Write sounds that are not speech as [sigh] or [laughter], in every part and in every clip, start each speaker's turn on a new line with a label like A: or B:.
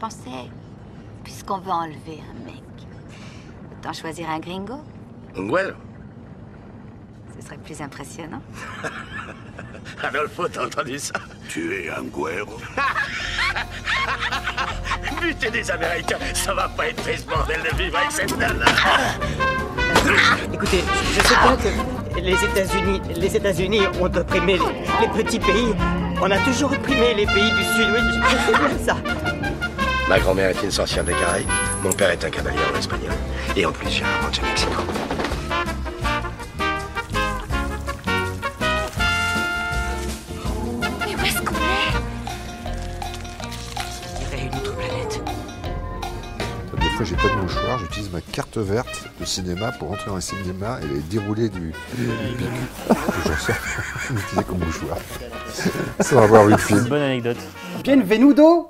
A: pensais, puisqu'on veut enlever un mec, autant choisir un gringo.
B: Bueno,
A: Ce serait plus impressionnant.
B: Adolfo, Ah, t'as entendu ça
C: Tu es un
B: [laughs]
C: guerre.
B: Buter des Américains, ça va pas être très ce bordel de vivre avec cette nana
D: Écoutez, je sais bien que les États-Unis, les États-Unis ont opprimé les, les petits pays. On a toujours opprimé les pays du Sud. Oui, je sais bien ça.
B: Ma grand-mère est une sorcière des Caraïbes, mon père est un cavalier en espagnol. Et en plus, j'ai un ranch à Mexico.
A: Mais où est-ce qu'on est
E: Comme Des fois, j'ai pas de mouchoir, j'utilise ma carte verte de cinéma pour rentrer dans les cinémas et les dérouler du, du pic. Et J'en sors [laughs] utilisé comme mouchoir. Sans avoir vu le
F: C'est une
E: film.
F: bonne anecdote.
G: Bienvenudo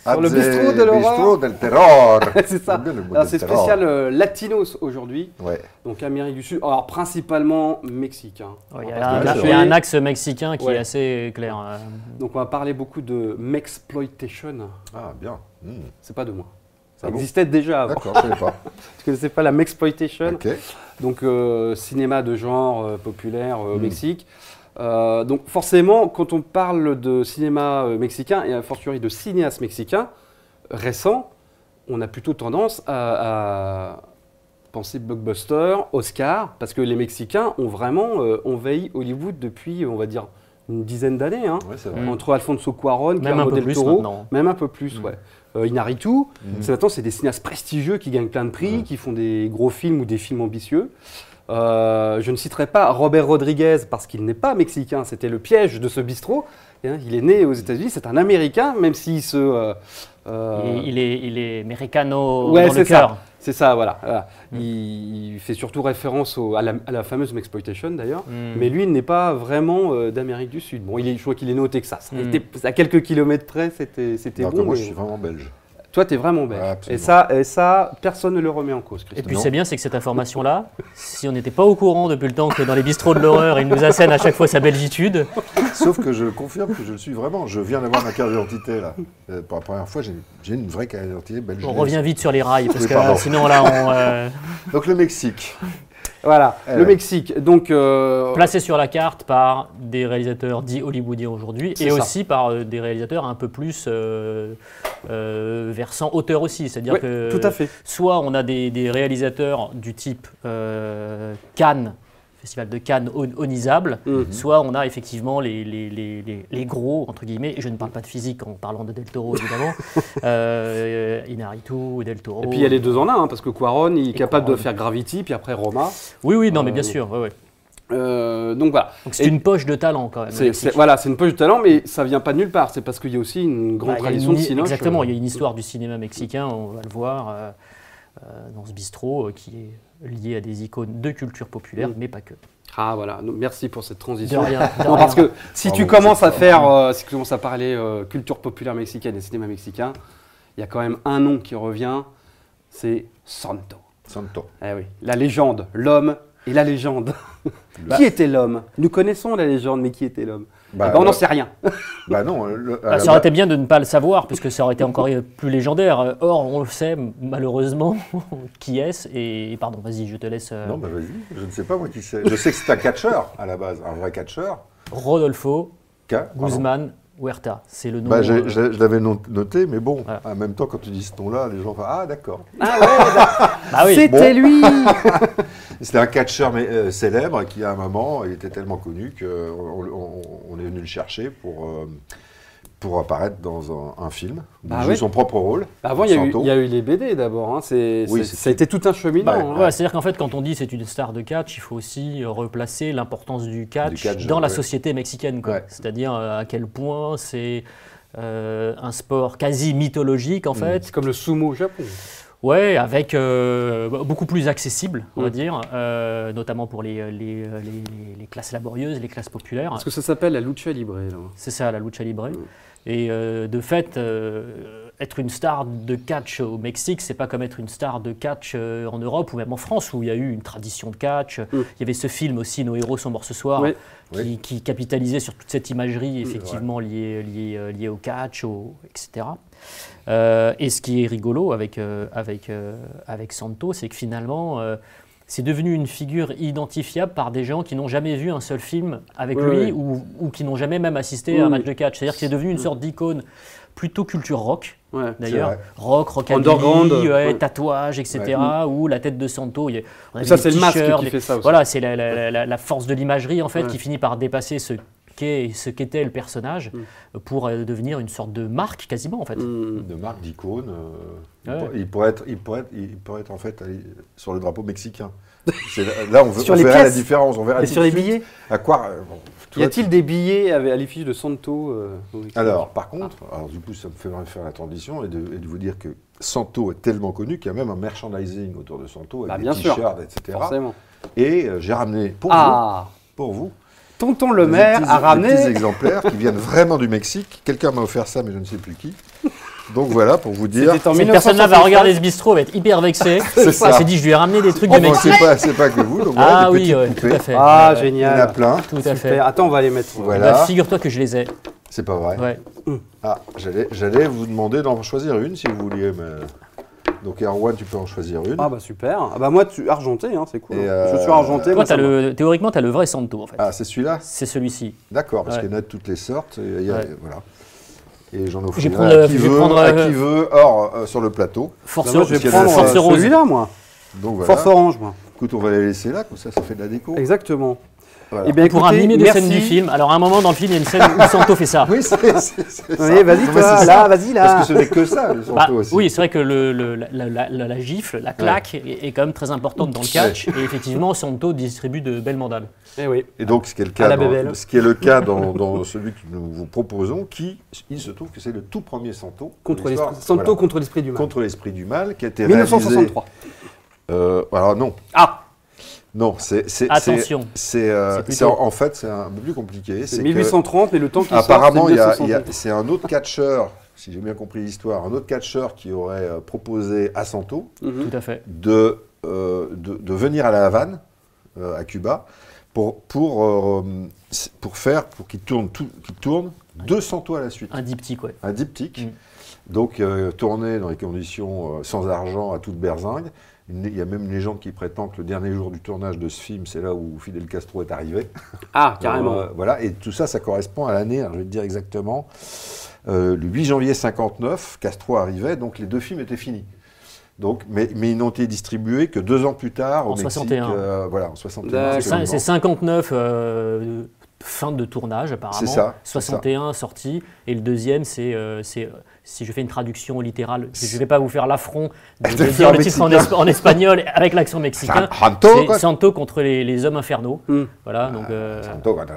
G: Sur le
E: Adze-
G: bistrot de l'horreur.
E: bistrot del terror.
G: [laughs] C'est ça.
E: J'aime bien le mot
G: Alors,
E: del
G: C'est
E: terror.
G: spécial euh, Latinos aujourd'hui,
E: Ouais.
G: donc Amérique du Sud. Alors principalement Mexique. hein.
F: Oh, Il y,
G: On va
F: a
E: là,
F: un-
G: pas se cacher.
F: il y a un axe mexicain qui
G: Ouais.
F: est assez clair. euh.
G: Donc on va parler beaucoup de Mexploitation.
E: Ah, bien. Hmm.
G: C'est pas de moi. Ça
E: Ah bon
G: existait déjà avant.
E: D'accord, je savais
G: [laughs]
E: pas.
G: Parce que c'est pas la Mexploitation.
E: Ok.
G: Donc euh, cinéma de genre euh, populaire euh, au
E: Mm.
G: Mexique. Euh, donc forcément, quand on parle de cinéma euh, mexicain et a fortiori de cinéastes mexicains récents, on a plutôt tendance à, à penser blockbuster, Oscar, parce que les Mexicains ont vraiment euh, envahi Hollywood depuis, on va dire, une dizaine d'années. hein.
E: Ouais, c'est vrai.
F: Mm.
G: Entre Alfonso Cuarón,
F: Même un
G: Guillermo
F: peu
G: del
F: plus
G: Toro,
F: maintenant.
G: même un peu plus,
F: Mm.
G: ouais. Euh, Inarritu, c'est maintenant c'est des cinéastes prestigieux qui gagnent plein de
F: Mm.
G: prix, qui font des gros films ou des films ambitieux. Euh, je ne citerai pas Robert Rodriguez parce qu'il n'est pas mexicain, c'était le piège de ce bistrot. Et, hein, il est né aux États-Unis, c'est un Américain, même s'il se. euh, euh,
F: Il, est, il est, il est americano
G: Ouais,
F: dans le
G: c'est
F: cœur. Mm.
G: c'est ça, voilà. voilà. Il, il fait surtout référence au- à, la, à la fameuse Mexploitation d'ailleurs.
F: Mm.
G: Mais lui, il n'est pas vraiment euh, d'Amérique du Sud. Bon, il est, je crois qu'il est né au Texas. Il
F: Mm.
G: était à quelques kilomètres près, c'était c'était
E: Alors
G: bon.
E: que moi,
G: mais-
E: je suis vraiment belge.
G: Toi, t'es vraiment
E: Ouais,
G: belge. et,
E: absolument.
G: ça, et ça, personne ne le remet en cause,
F: Et
G: Christophe.
F: puis
E: Non.
F: c'est bien, c'est que cette information-là, si on n'était pas au courant depuis le temps que dans les bistrots de l'horreur, il nous assène à chaque fois sa belgitude,
E: Sauf que je confirme que je le suis vraiment. Je viens d'avoir ma carte d'identité, là. Euh, pour la première fois, j'ai j'ai une vraie carte d'identité belge.
F: on revient vite sur les rails, parce
E: Oui,
F: que
E: pardon.
F: sinon là, on
G: [laughs]
F: euh,
E: Donc, le Mexique.
G: Voilà,
E: Eh
G: le
E: ouais.
G: Mexique. Donc, euh,
F: placé sur la carte par des réalisateurs dits hollywoodiens aujourd'hui,
G: C'est
F: et
G: ça.
F: aussi par euh, des réalisateurs un peu plus euh, euh, versant auteur aussi, c'est-à-dire
G: ouais,
F: que
G: tout à fait.
F: Soit on a des, des réalisateurs du type euh, Cannes, Festival de Cannes on- onisable,
G: Mhm.
F: soit on a effectivement les, les- les- les- les gros, entre guillemets, et je ne parle pas de physique en parlant de Del Toro évidemment,
G: [laughs]
F: euh, Inaritu, Del Toro.
G: Et puis, il y a les deux en un, hein, parce que Quaron, il est
F: Et
G: capable de
F: Cuarón.
G: faire Gravity, puis après Roma.
F: Oui, oui, non, mais bien
G: Euh,
F: sûr, ouais, ouais.
G: Euh, donc, voilà.
F: Donc c'est
G: Et-
F: une poche de talent quand même.
G: C'est, c'est- voilà, c'est une poche de talent, mais ça vient pas de nulle part. C'est parce qu'il y a aussi une grande
F: Bah, il y a
G: tradition
F: une-
G: de euh, cinéma.
F: Exactement, il y a une histoire du cinéma mexicain, on va le voir euh, euh, dans ce bistrot euh, qui est lié à des icônes de culture populaire,
G: Mm.
F: mais pas que.
G: Ah, voilà. Donc, merci pour cette
F: De
G: transition.
F: rien. de
G: [laughs] Non, parce
F: rien.
G: que si tu
E: Bravo,
G: commences
E: c'est
G: à
E: fort.
G: faire, euh, si tu commences à parler euh, culture populaire mexicaine et cinéma mexicain, il y a quand même un nom qui revient, c'est Santo.
E: Santo.
G: Eh oui, la légende, l'homme et la légende. qui était l'homme Nous connaissons la légende, mais qui était l'homme
E: Bah,
G: Eh ben, On n'en
E: euh,
G: sait rien. [laughs]
E: Bah non, le- à
F: Ah,
E: la
F: ça
E: base-
F: aurait été bien de ne pas le savoir, puisque ça aurait été encore euh, plus légendaire. Euh, Or, on le sait malheureusement [laughs] qui est-ce. Et et pardon, vas-y, je te laisse.
G: Ah.
F: euh,
E: Non, bah vas-y, je ne sais pas moi qui c'est. Je sais que c'est un catcheur à la base, un vrai catcheur.
F: Rodolfo
E: Ka- Ah, pardon.
F: Guzman Huerta, c'est le nom.
E: Bah,
F: euh,
E: j'ai- j'ai- je l'avais non- noté, mais bon,
F: Voilà.
E: en même temps, quand tu dis ce nom-là, les gens font Ah, d'accord. Ah
F: bah oui.
G: C'était lui
E: [laughs] C'était un catcheur mais, euh, célèbre qui, à un moment, il était tellement connu qu'on on, on- on est venu le chercher pour, euh, pour apparaître dans un, un film, où
G: Bah
E: il joue
G: ouais. Bah,
E: son propre rôle.
G: Avant, il y, a eu-
E: Santo.
G: il y a eu les BD d'abord. hein. C'est,
E: Oui,
G: c'est-
E: c'est-
G: ça a été tout un cheminement.
E: Bah,
G: hein.
F: Ouais, c'est-à-dire qu'en fait, quand on dit c'est une star de catch, il faut aussi euh, replacer l'importance du catch,
E: Du catch,
F: dans la
E: ouais.
F: société mexicaine. quoi.
E: Ouais.
F: C'est-à-dire euh, à quel point c'est euh, un sport quasi mythologique,
E: Mm.
F: en fait,
G: C'est comme le sumo au Japon.
F: Ouais, avec euh, beaucoup plus accessible, on
G: Mm.
F: va dire, euh, notamment pour les, les, euh, les- les- les classes laborieuses, les classes populaires.
G: Parce que ça s'appelle la lucha libre. là.
F: C'est ça, la lucha libre. Et euh, de fait, euh, être une star de catch au Mexique, c'est pas comme être une star de catch euh, en Europe ou même en France où il y a eu une tradition de catch. Il y avait ce film aussi, Nos héros sont morts ce soir,
G: Oui.
F: qui,
E: Oui.
F: qui capitalisait sur toute cette imagerie effectivement liée, liée, euh, liée au catch, au, etc. Euh, et ce qui est rigolo avec, euh, avec, euh, avec Santo, c'est que finalement, euh, c'est devenu une figure identifiable par des gens qui n'ont jamais vu un seul film avec
G: Ouais,
F: lui
G: ouais.
F: Ou, ou qui n'ont jamais même assisté
G: Oui,
F: à un
G: oui.
F: match de catch. C'est-à-dire que c'est devenu une sorte d'icône plutôt culture rock.
G: Ouais.
F: D'ailleurs,
E: vrai.
F: rock, rockabilly,
G: Underground, euh,
F: ouais,
G: ouais.
F: tatouage, etc. Ou la tête de Santo. il y a- on avait
G: Ça,
F: des
G: c'est le masque
F: t-shirts,
G: qui
F: des-
G: fait ça aussi.
F: Voilà, c'est la, la- la- la force de l'imagerie en fait
G: Ouais.
F: qui finit par dépasser ce qu'est ce qu'était le personnage euh, pour euh, devenir une sorte de marque quasiment en fait.
G: Mm.
E: de marque, d'icône. euh, il
F: Ouais.
E: pour- il, pourrait être, il, pourrait être, il pourrait être en fait allez, sur le drapeau mexicain. C'est là,
G: [laughs]
E: là, on, veut,
G: Sur
E: on
G: les
E: verra la
G: pièces.
E: différence. On verra
G: Et
E: tout
G: sur
E: de
G: les
E: suite
G: billets
E: À quoi euh, bon, tu
G: Y
E: vois,
G: a-t-il des billets avec- à l'effigie de Santo euh, au Mexique
E: Alors, par contre,
G: Ah.
E: alors du coup, ça me fait faire la transition et de, et de vous dire que Santo est tellement connu qu'il y a même un merchandising autour de Santo
G: Bah,
E: avec
G: bien
E: des
G: sûr.
E: t-shirts, etc.
G: forcément.
E: Et euh, j'ai ramené pour
G: Ah
E: vous, pour vous,
G: Tonton le
E: des
G: maire
E: petits-
G: a
E: des
G: ramené.
E: petits exemplaires qui viennent vraiment du Mexique. Quelqu'un m'a offert ça, mais je ne sais plus qui. Donc voilà pour vous dire.
G: C'était en
F: Cette personne-là
G: 1965.
F: va regarder ce bistrot, va être hyper
G: [laughs]
F: vexée.
E: C'est
F: Elle
E: ça.
F: s'est dit, je lui ai ramené des trucs du
G: Oh,
E: Bon,
F: Mexique.
E: c'est pas, c'est pas que vous. Donc voilà,
F: Ah
E: des
F: oui,
E: petites
F: ouais, tout
E: poupées.
F: à fait.
G: Ah,
F: Ouais, ouais,
E: Il y en a
G: génial.
E: plein.
F: Tout à fait.
G: Super. Attends, on va les mettre.
E: Voilà.
F: Bah, Figure-toi que je les ai.
E: C'est pas vrai.
F: Ouais.
E: Ah, j'allais, j'allais vous demander d'en choisir une si vous vouliez. mais- Donc Erwan, tu peux en choisir une.
G: Ah bah super. Ah bah moi, tu argenté, hein, c'est cool.
E: Et, euh,
G: Je suis argenté.
F: Toi,
G: moi,
F: t'as
G: ça me-
F: le, théoriquement, tu as le vrai Santo, en fait.
E: Ah, c'est celui-là
F: C'est celui-ci.
E: D'accord, parce
F: Ouais.
E: qu'il y en a de toutes les sortes. Et, il y a-
F: Ouais.
E: voilà. et j'en
F: Je
E: offrirai
F: vais prendre
E: à,
F: le-
E: qui
F: je vais
E: veut,
F: prendre,
E: à
F: euh,
E: qui veut, hors euh, sur le plateau.
G: Bah,
F: Force,
G: moi, je vais
E: Parce qu'il y a
G: prendre
E: le-
F: Force
G: euh,
F: Rose.
G: celui-là, moi.
E: Donc voilà.
G: Force Orange, moi.
E: Écoute, on va la laisser là, comme ça, ça fait de la déco.
G: Exactement.
E: Voilà.
G: Eh bien,
F: Pour un
G: écoutez,
F: mimer des
G: merci.
F: scènes du film. Alors, à un moment dans le film, il y a une scène où Santo fait ça.
E: Oui, [laughs] c'est, c'est- c'est ça.
G: Allez, vas-y,
E: Non, mais
G: toi,
E: c'est
G: là,
E: ça.
G: vas-y, là.
E: Parce que ce n'est que ça, le
G: [laughs]
E: santo
F: Bah,
E: aussi.
F: oui, c'est vrai que le- le- la, la- la- la gifle, la claque, est, est quand même très importante dans le catch. Et effectivement, Santo distribue de belles mandales.
G: Eh oui.
E: Et donc, ce qui est le
G: À
E: cas,
G: la
E: dans,
G: Bébel.
E: ce qui est le cas dans, dans celui que nous vous proposons, qui, il se trouve que c'est le tout premier Santo.
G: Contre
E: de l'histoire.
G: l'esprit. Santo
E: Voilà.
G: contre l'esprit du mal.
E: Contre l'esprit du mal, qui a été réalisé.
G: 1963.
E: Euh, alors non,
G: Ah
E: non, c'est c'est-
F: Attention.
E: c'est c'est, euh,
F: C'est plutôt-
E: c'est en, en fait c'est un peu plus compliqué.
G: C'est
E: que
G: 1830, mais le temps qui sort,
E: apparemment il y a- il y a-
G: 1963.
E: c'est un autre catcheur, si j'ai bien compris l'histoire, un autre catcheur qui aurait euh, proposé à Santo
G: Mhm.
F: Tout à fait.
E: de, euh, de, de venir à la Havane, euh, à Cuba, pour, pour, euh, pour faire, pour qu'il tourne, tout, qu'il tourne 200 toits à la suite.
F: Un diptyque, ouais.
E: Un diptyque.
F: Mm.
E: Donc euh, tourné dans des conditions euh, sans argent à toute berzingue. Il y a même une légende qui prétend que le dernier jour du tournage de ce film, c'est là où Fidel Castro est arrivé.
G: Ah, carrément.
E: Euh, voilà, et tout ça, ça correspond à l'année, alors je vais te dire exactement, euh, le 8 janvier 59, Castro arrivait, donc les deux films étaient finis. Donc, mais, mais ils n'ont été distribués que deux ans plus tard au
F: En
E: Mexique,
F: 61.
E: euh, voilà, en 61.
G: D'accord.
F: C'est cin-
E: absolument.
F: C'est 59 euh, fin de tournage apparemment.
E: C'est ça, c'est
F: 61 sorti et le deuxième c'est euh, c'est- si je fais une traduction littérale, je ne vais pas vous faire l'affront de,
E: De
F: de
E: faire
F: dire le titre en,
E: mexicain.
F: espa- en espagnol avec l'accent mexicain.
E: San- Santo,
F: C'est
E: quoi.
F: Santo contre les, les hommes infernaux.
G: Hmm.
F: Voilà donc euh,
E: Santo contra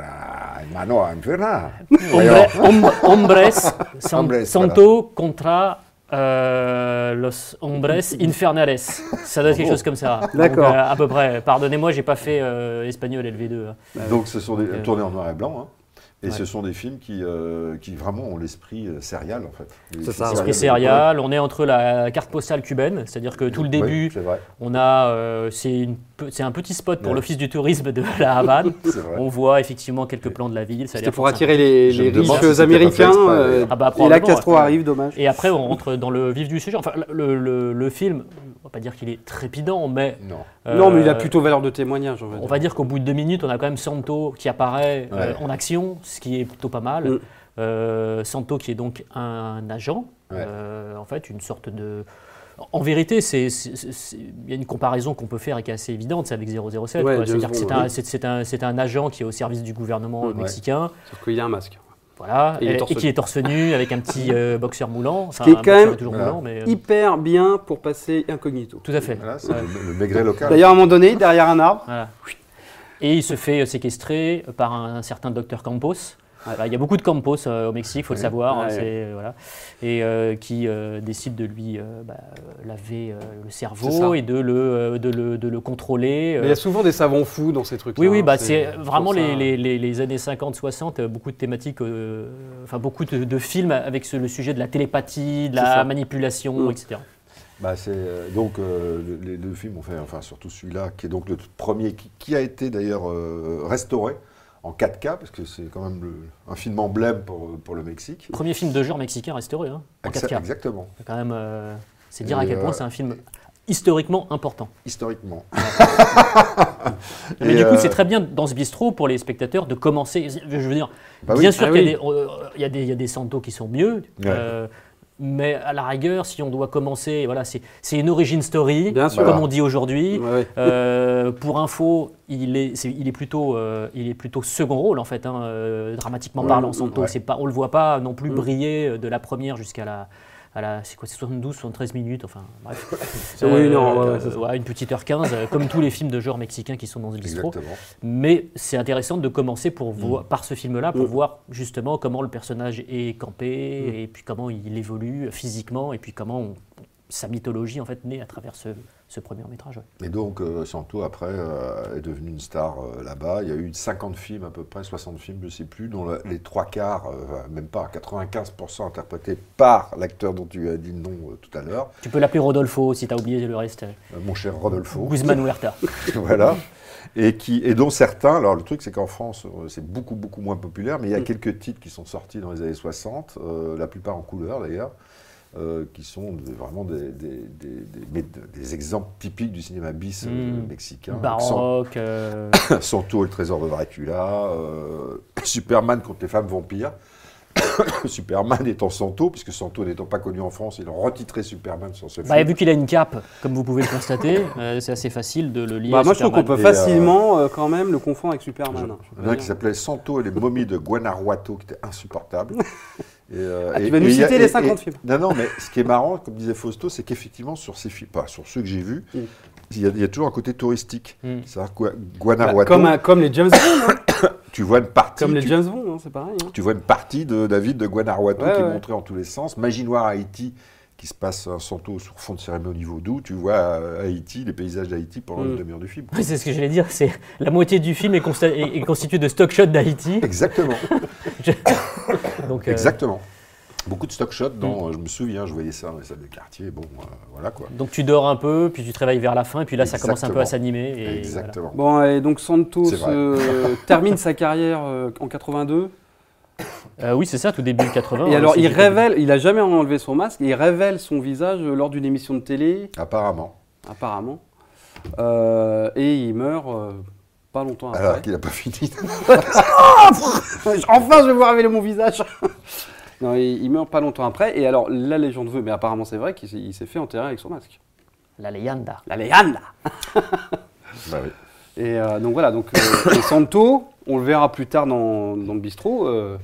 E: Mano Infernal.
F: hombre- hom-
E: [laughs]
F: hombres, san-
E: Hombres,
F: Santo contra euh, los hombres infernales. Ça doit être quelque chose comme ça. Donc,
G: D'accord.
F: euh, à peu près. Pardonnez-moi, j'ai pas fait euh, espagnol LV2. hein.
E: Donc ce sont des
F: euh,
E: tournés en noir et blanc. hein. Et
F: ouais.
E: ce sont des films qui, euh, qui vraiment ont l'esprit euh, céréal en fait. Les
G: C'est
E: films
G: ça,
F: Esprit
E: céréales.
F: céréal, on est entre la carte postale cubaine, c'est-à-dire que tout le
E: Ouais,
F: début,
E: c'est vrai.
F: on a, euh, c'est une pe- c'est un petit spot pour
E: Ouais.
F: l'office du tourisme de [laughs] la Havane.
E: C'est vrai.
F: on voit effectivement quelques plans de la ville. ça a
G: C'était
F: l'air
G: pour
F: fort
G: attirer les,
E: Je
G: les
E: me demande
G: riches
E: si c'était pas fait
G: américains.
E: exprès,
G: euh,
E: d'ailleurs.
F: Ah bah,
G: et là,
F: probablement,
G: Castro
F: ouais.
G: arrive, dommage.
F: sympa. Et après, on rentre dans le vif du sujet. Enfin, le, le- le film, on va pas dire qu'il est trépidant, mais
E: Non.
G: Non, mais il a
F: euh,
G: plutôt valeur de témoignage. On va
F: On
G: dire.
F: va dire qu'au bout de deux minutes, on a quand même Santo qui apparaît euh,
E: Ouais.
F: en action, ce qui est plutôt pas mal.
G: Mm.
F: Euh, Santo qui est donc un agent,
E: Ouais.
F: euh, en fait, une sorte de... En vérité, c'est- c'est- c'est- il y a une comparaison qu'on peut faire et qui est assez évidente, c'est avec 007.
G: Ouais,
F: quoi.
G: James
F: C'est-à-dire que c'est
G: Bond,
F: un,
G: oui. Mm,
F: c'est- c'est un- c'est un agent qui est au service du gouvernement
G: Ouais.
F: mexicain,
G: Sauf qu'il a un masque.
F: voilà,
G: Et il est
F: et,
G: torse
F: et qui est torse nu avec un
G: [laughs]
F: petit euh, boxeur moulant. Enfin,
G: qui est
F: un
G: quand
F: boxeur
G: même-
F: toujours
E: Voilà.
F: moulant, mais... euh,
G: Hyper bien pour passer incognito.
F: Tout à fait.
E: Voilà, c'est
F: Ouais.
E: le, le maigret local.
G: D'ailleurs, à un moment donné, derrière un arbre,
F: Voilà. Et il se fait euh, séquestrer par un, certain docteur Campos, Voilà, il y a beaucoup de campos euh, au Mexique, il faut le
E: Ouais.
F: savoir. hein,
G: Ouais.
F: c'est- voilà. Et euh, qui euh, décident de lui euh, bah, euh, laver euh, le
G: C'est ça.
F: cerveau et de le, euh, de le, de le contrôler.
G: Mais
F: euh.
G: il y a souvent des savants fous dans ces trucs-là.
F: oui, oui,
G: hein,
F: bah, c'est vraiment
G: pour ça.
F: les, les- les- les années 50-60, euh, beaucoup de thématiques, euh, enfin beaucoup de, de films avec ce- le sujet de la télépathie, de
G: C'est
F: la
G: ça.
F: manipulation,
G: Mm.
F: etc.
E: Bah, c'est euh, donc euh, le- les deux films ont fait, enfin surtout celui-là qui est donc le tout premier qui, qui a été d'ailleurs euh, restauré en 4K parce que c'est quand même le- un film emblème pour, pour le Mexique.
F: Premier film de genre mexicain restauré, hein, en
E: Exa-
F: 4K.
E: Exactement,
F: C'est quand même, euh, c'est dire
E: Et,
F: à quel point
E: euh,
F: c'est un film historiquement important. [laughs]
E: historiquement. [laughs]
F: Mais
E: Et,
F: du coup,
E: euh,
F: c'est très bien dans ce bistrot pour les spectateurs de commencer. Je veux dire,
E: Bah oui.
F: bien sûr
G: Ah
F: qu'il y, a
G: oui.
F: des- euh, il y a des- il y a des santos qui sont mieux, euh, mais à la rigueur, si on doit commencer, voilà, c'est c'est une origin story,
G: Bien sûr.
F: comme on dit aujourd'hui.
G: Ouais, ouais.
F: Euh, pour info, il est, c'est- il est plutôt, euh, il est plutôt second rôle en fait, hein, euh, dramatiquement
G: Ouais,
F: parlant.
G: mm,
F: Santo,
E: ouais.
F: c'est pas, on le voit pas non plus
G: Mm.
F: briller euh, de la première jusqu'à la, à la, c'est quoi, c'est 72, 73 minutes, enfin bref.
G: Oui, non, ouais, ouais, [laughs] c'est ça.
F: ouais, une petite heure 15, euh, comme tous les films de genre mexicain qui sont dans ce bistrot.
E: Exactement.
F: Mais c'est intéressant de commencer pour voir, par ce film-là pour
G: Mm.
F: voir justement comment le personnage est campé et puis comment il évolue physiquement et puis comment on- sa mythologie en fait naît à travers ce, ce premier métrage. ouais.
E: Et donc euh, Santo après euh, est devenu une star euh, là-bas. Il y a eu 50 films à peu près, 60 films, je sais plus, dont
F: Mm.
E: la- les trois quarts, euh, même pas, 95% interprétés par l'acteur dont tu as dit le nom euh, tout à l'heure,
F: Tu peux l'appeler Rodolfo si tu as oublié le reste.
E: euh, mon cher Rodolfo.
F: Guzman Huerta.
E: [laughs] voilà. Et, qui, et dont certains, alors le truc c'est qu'en France euh, c'est beaucoup beaucoup moins populaire, mais il y a
G: Mm.
E: quelques titres qui sont sortis dans les années 60, euh, la plupart en couleur d'ailleurs, euh, qui sont des- vraiment des, des, des- des- mais de- des exemples typiques du cinéma bis euh,
F: Mm.
E: mexicain. Avec San-
F: Baroque. euh,
E: [coughs] Santo et le trésor de Dracula, euh, [coughs] Superman contre les femmes vampires. [coughs] Superman étant Santo, puisque Santo n'étant pas connu en France, ils ont retitré Superman sur ce
F: bah,
E: film.
F: vu qu'il a une cape, comme vous pouvez le constater, [laughs] euh, c'est assez facile de le lier.
G: Bah,
F: à
G: moi, je trouve qu'on
F: Superman.
G: peut
E: Et, euh,
G: facilement euh, quand même le confondre avec Superman. hein, je
E: Il
G: peux
E: y en a un
G: dire.
E: qui s'appelait Santo et les momies de Guanajuato, qui était
G: [laughs]
E: insupportable. Et, euh,
G: Ah, tu vas nous
E: il y a-
G: citer les 50 films.
E: Non, non, mais ce qui est marrant, comme disait Fausto, c'est qu'effectivement, sur ces films, pas sur ceux que j'ai vus,
G: Mm.
E: il y, a, il y a toujours un côté touristique.
F: Mm.
E: C'est-à-dire que
G: Bah,
E: Guanajuato,
G: comme, un- comme
E: [laughs]
G: les James Bond, hein.
E: tu vois une partie.
G: comme les
E: tu-
G: James Bond, hein, c'est pareil. hein.
E: tu vois une partie de la ville de Guanajuato
G: Ouais,
E: qui
G: ouais.
E: est montrée en tous les sens. Magie Noire à Haïti, qui se passe un santo sur fond de cérémonie vaudou. Tu vois euh, Haïti, les paysages d'Haïti pendant
G: Mm.
E: une demi-heure du film.
F: Oui, [laughs] c'est ce que j'allais dire. C'est la moitié du film est, consta- est- est constituée de stock shots d'Haïti.
E: Exactement,
G: [laughs]
F: Donc, euh,
E: exactement. Beaucoup de stock shots,
G: Mm.
E: dans, euh, je me souviens, je voyais ça dans les salles de quartier, bon, euh, voilà quoi.
F: donc tu dors un peu, puis tu te réveilles vers la fin, et puis là ça commence un peu à
E: Exactement.
F: s'animer. et
E: Exactement.
G: Bon, et donc Santos
E: C'est vrai.
G: euh, termine sa carrière euh, en 82.
F: voilà. Euh, oui, c'est ça, tout début 80.
G: Et
F: hein,
G: alors,
F: c'est
G: il
F: du début.
G: révèle, il a jamais enlevé son masque, et il révèle son visage euh, lors d'une émission de télé,
E: Apparemment.
G: apparemment. Euh, et il meurt euh, pas longtemps après.
E: Alors qu'il n'a pas fini.
G: [laughs] enfin, je vais voir révéler mon visage [laughs] Non, il, il meurt pas longtemps après, et alors la légende veut, mais apparemment c'est vrai qu'il s'est- il s'est fait enterrer avec son masque.
F: La leyenda.
G: La légende
E: Bah oui.
G: Et euh, donc voilà, donc euh, et Santo, on le verra plus tard dans, dans le bistrot, euh,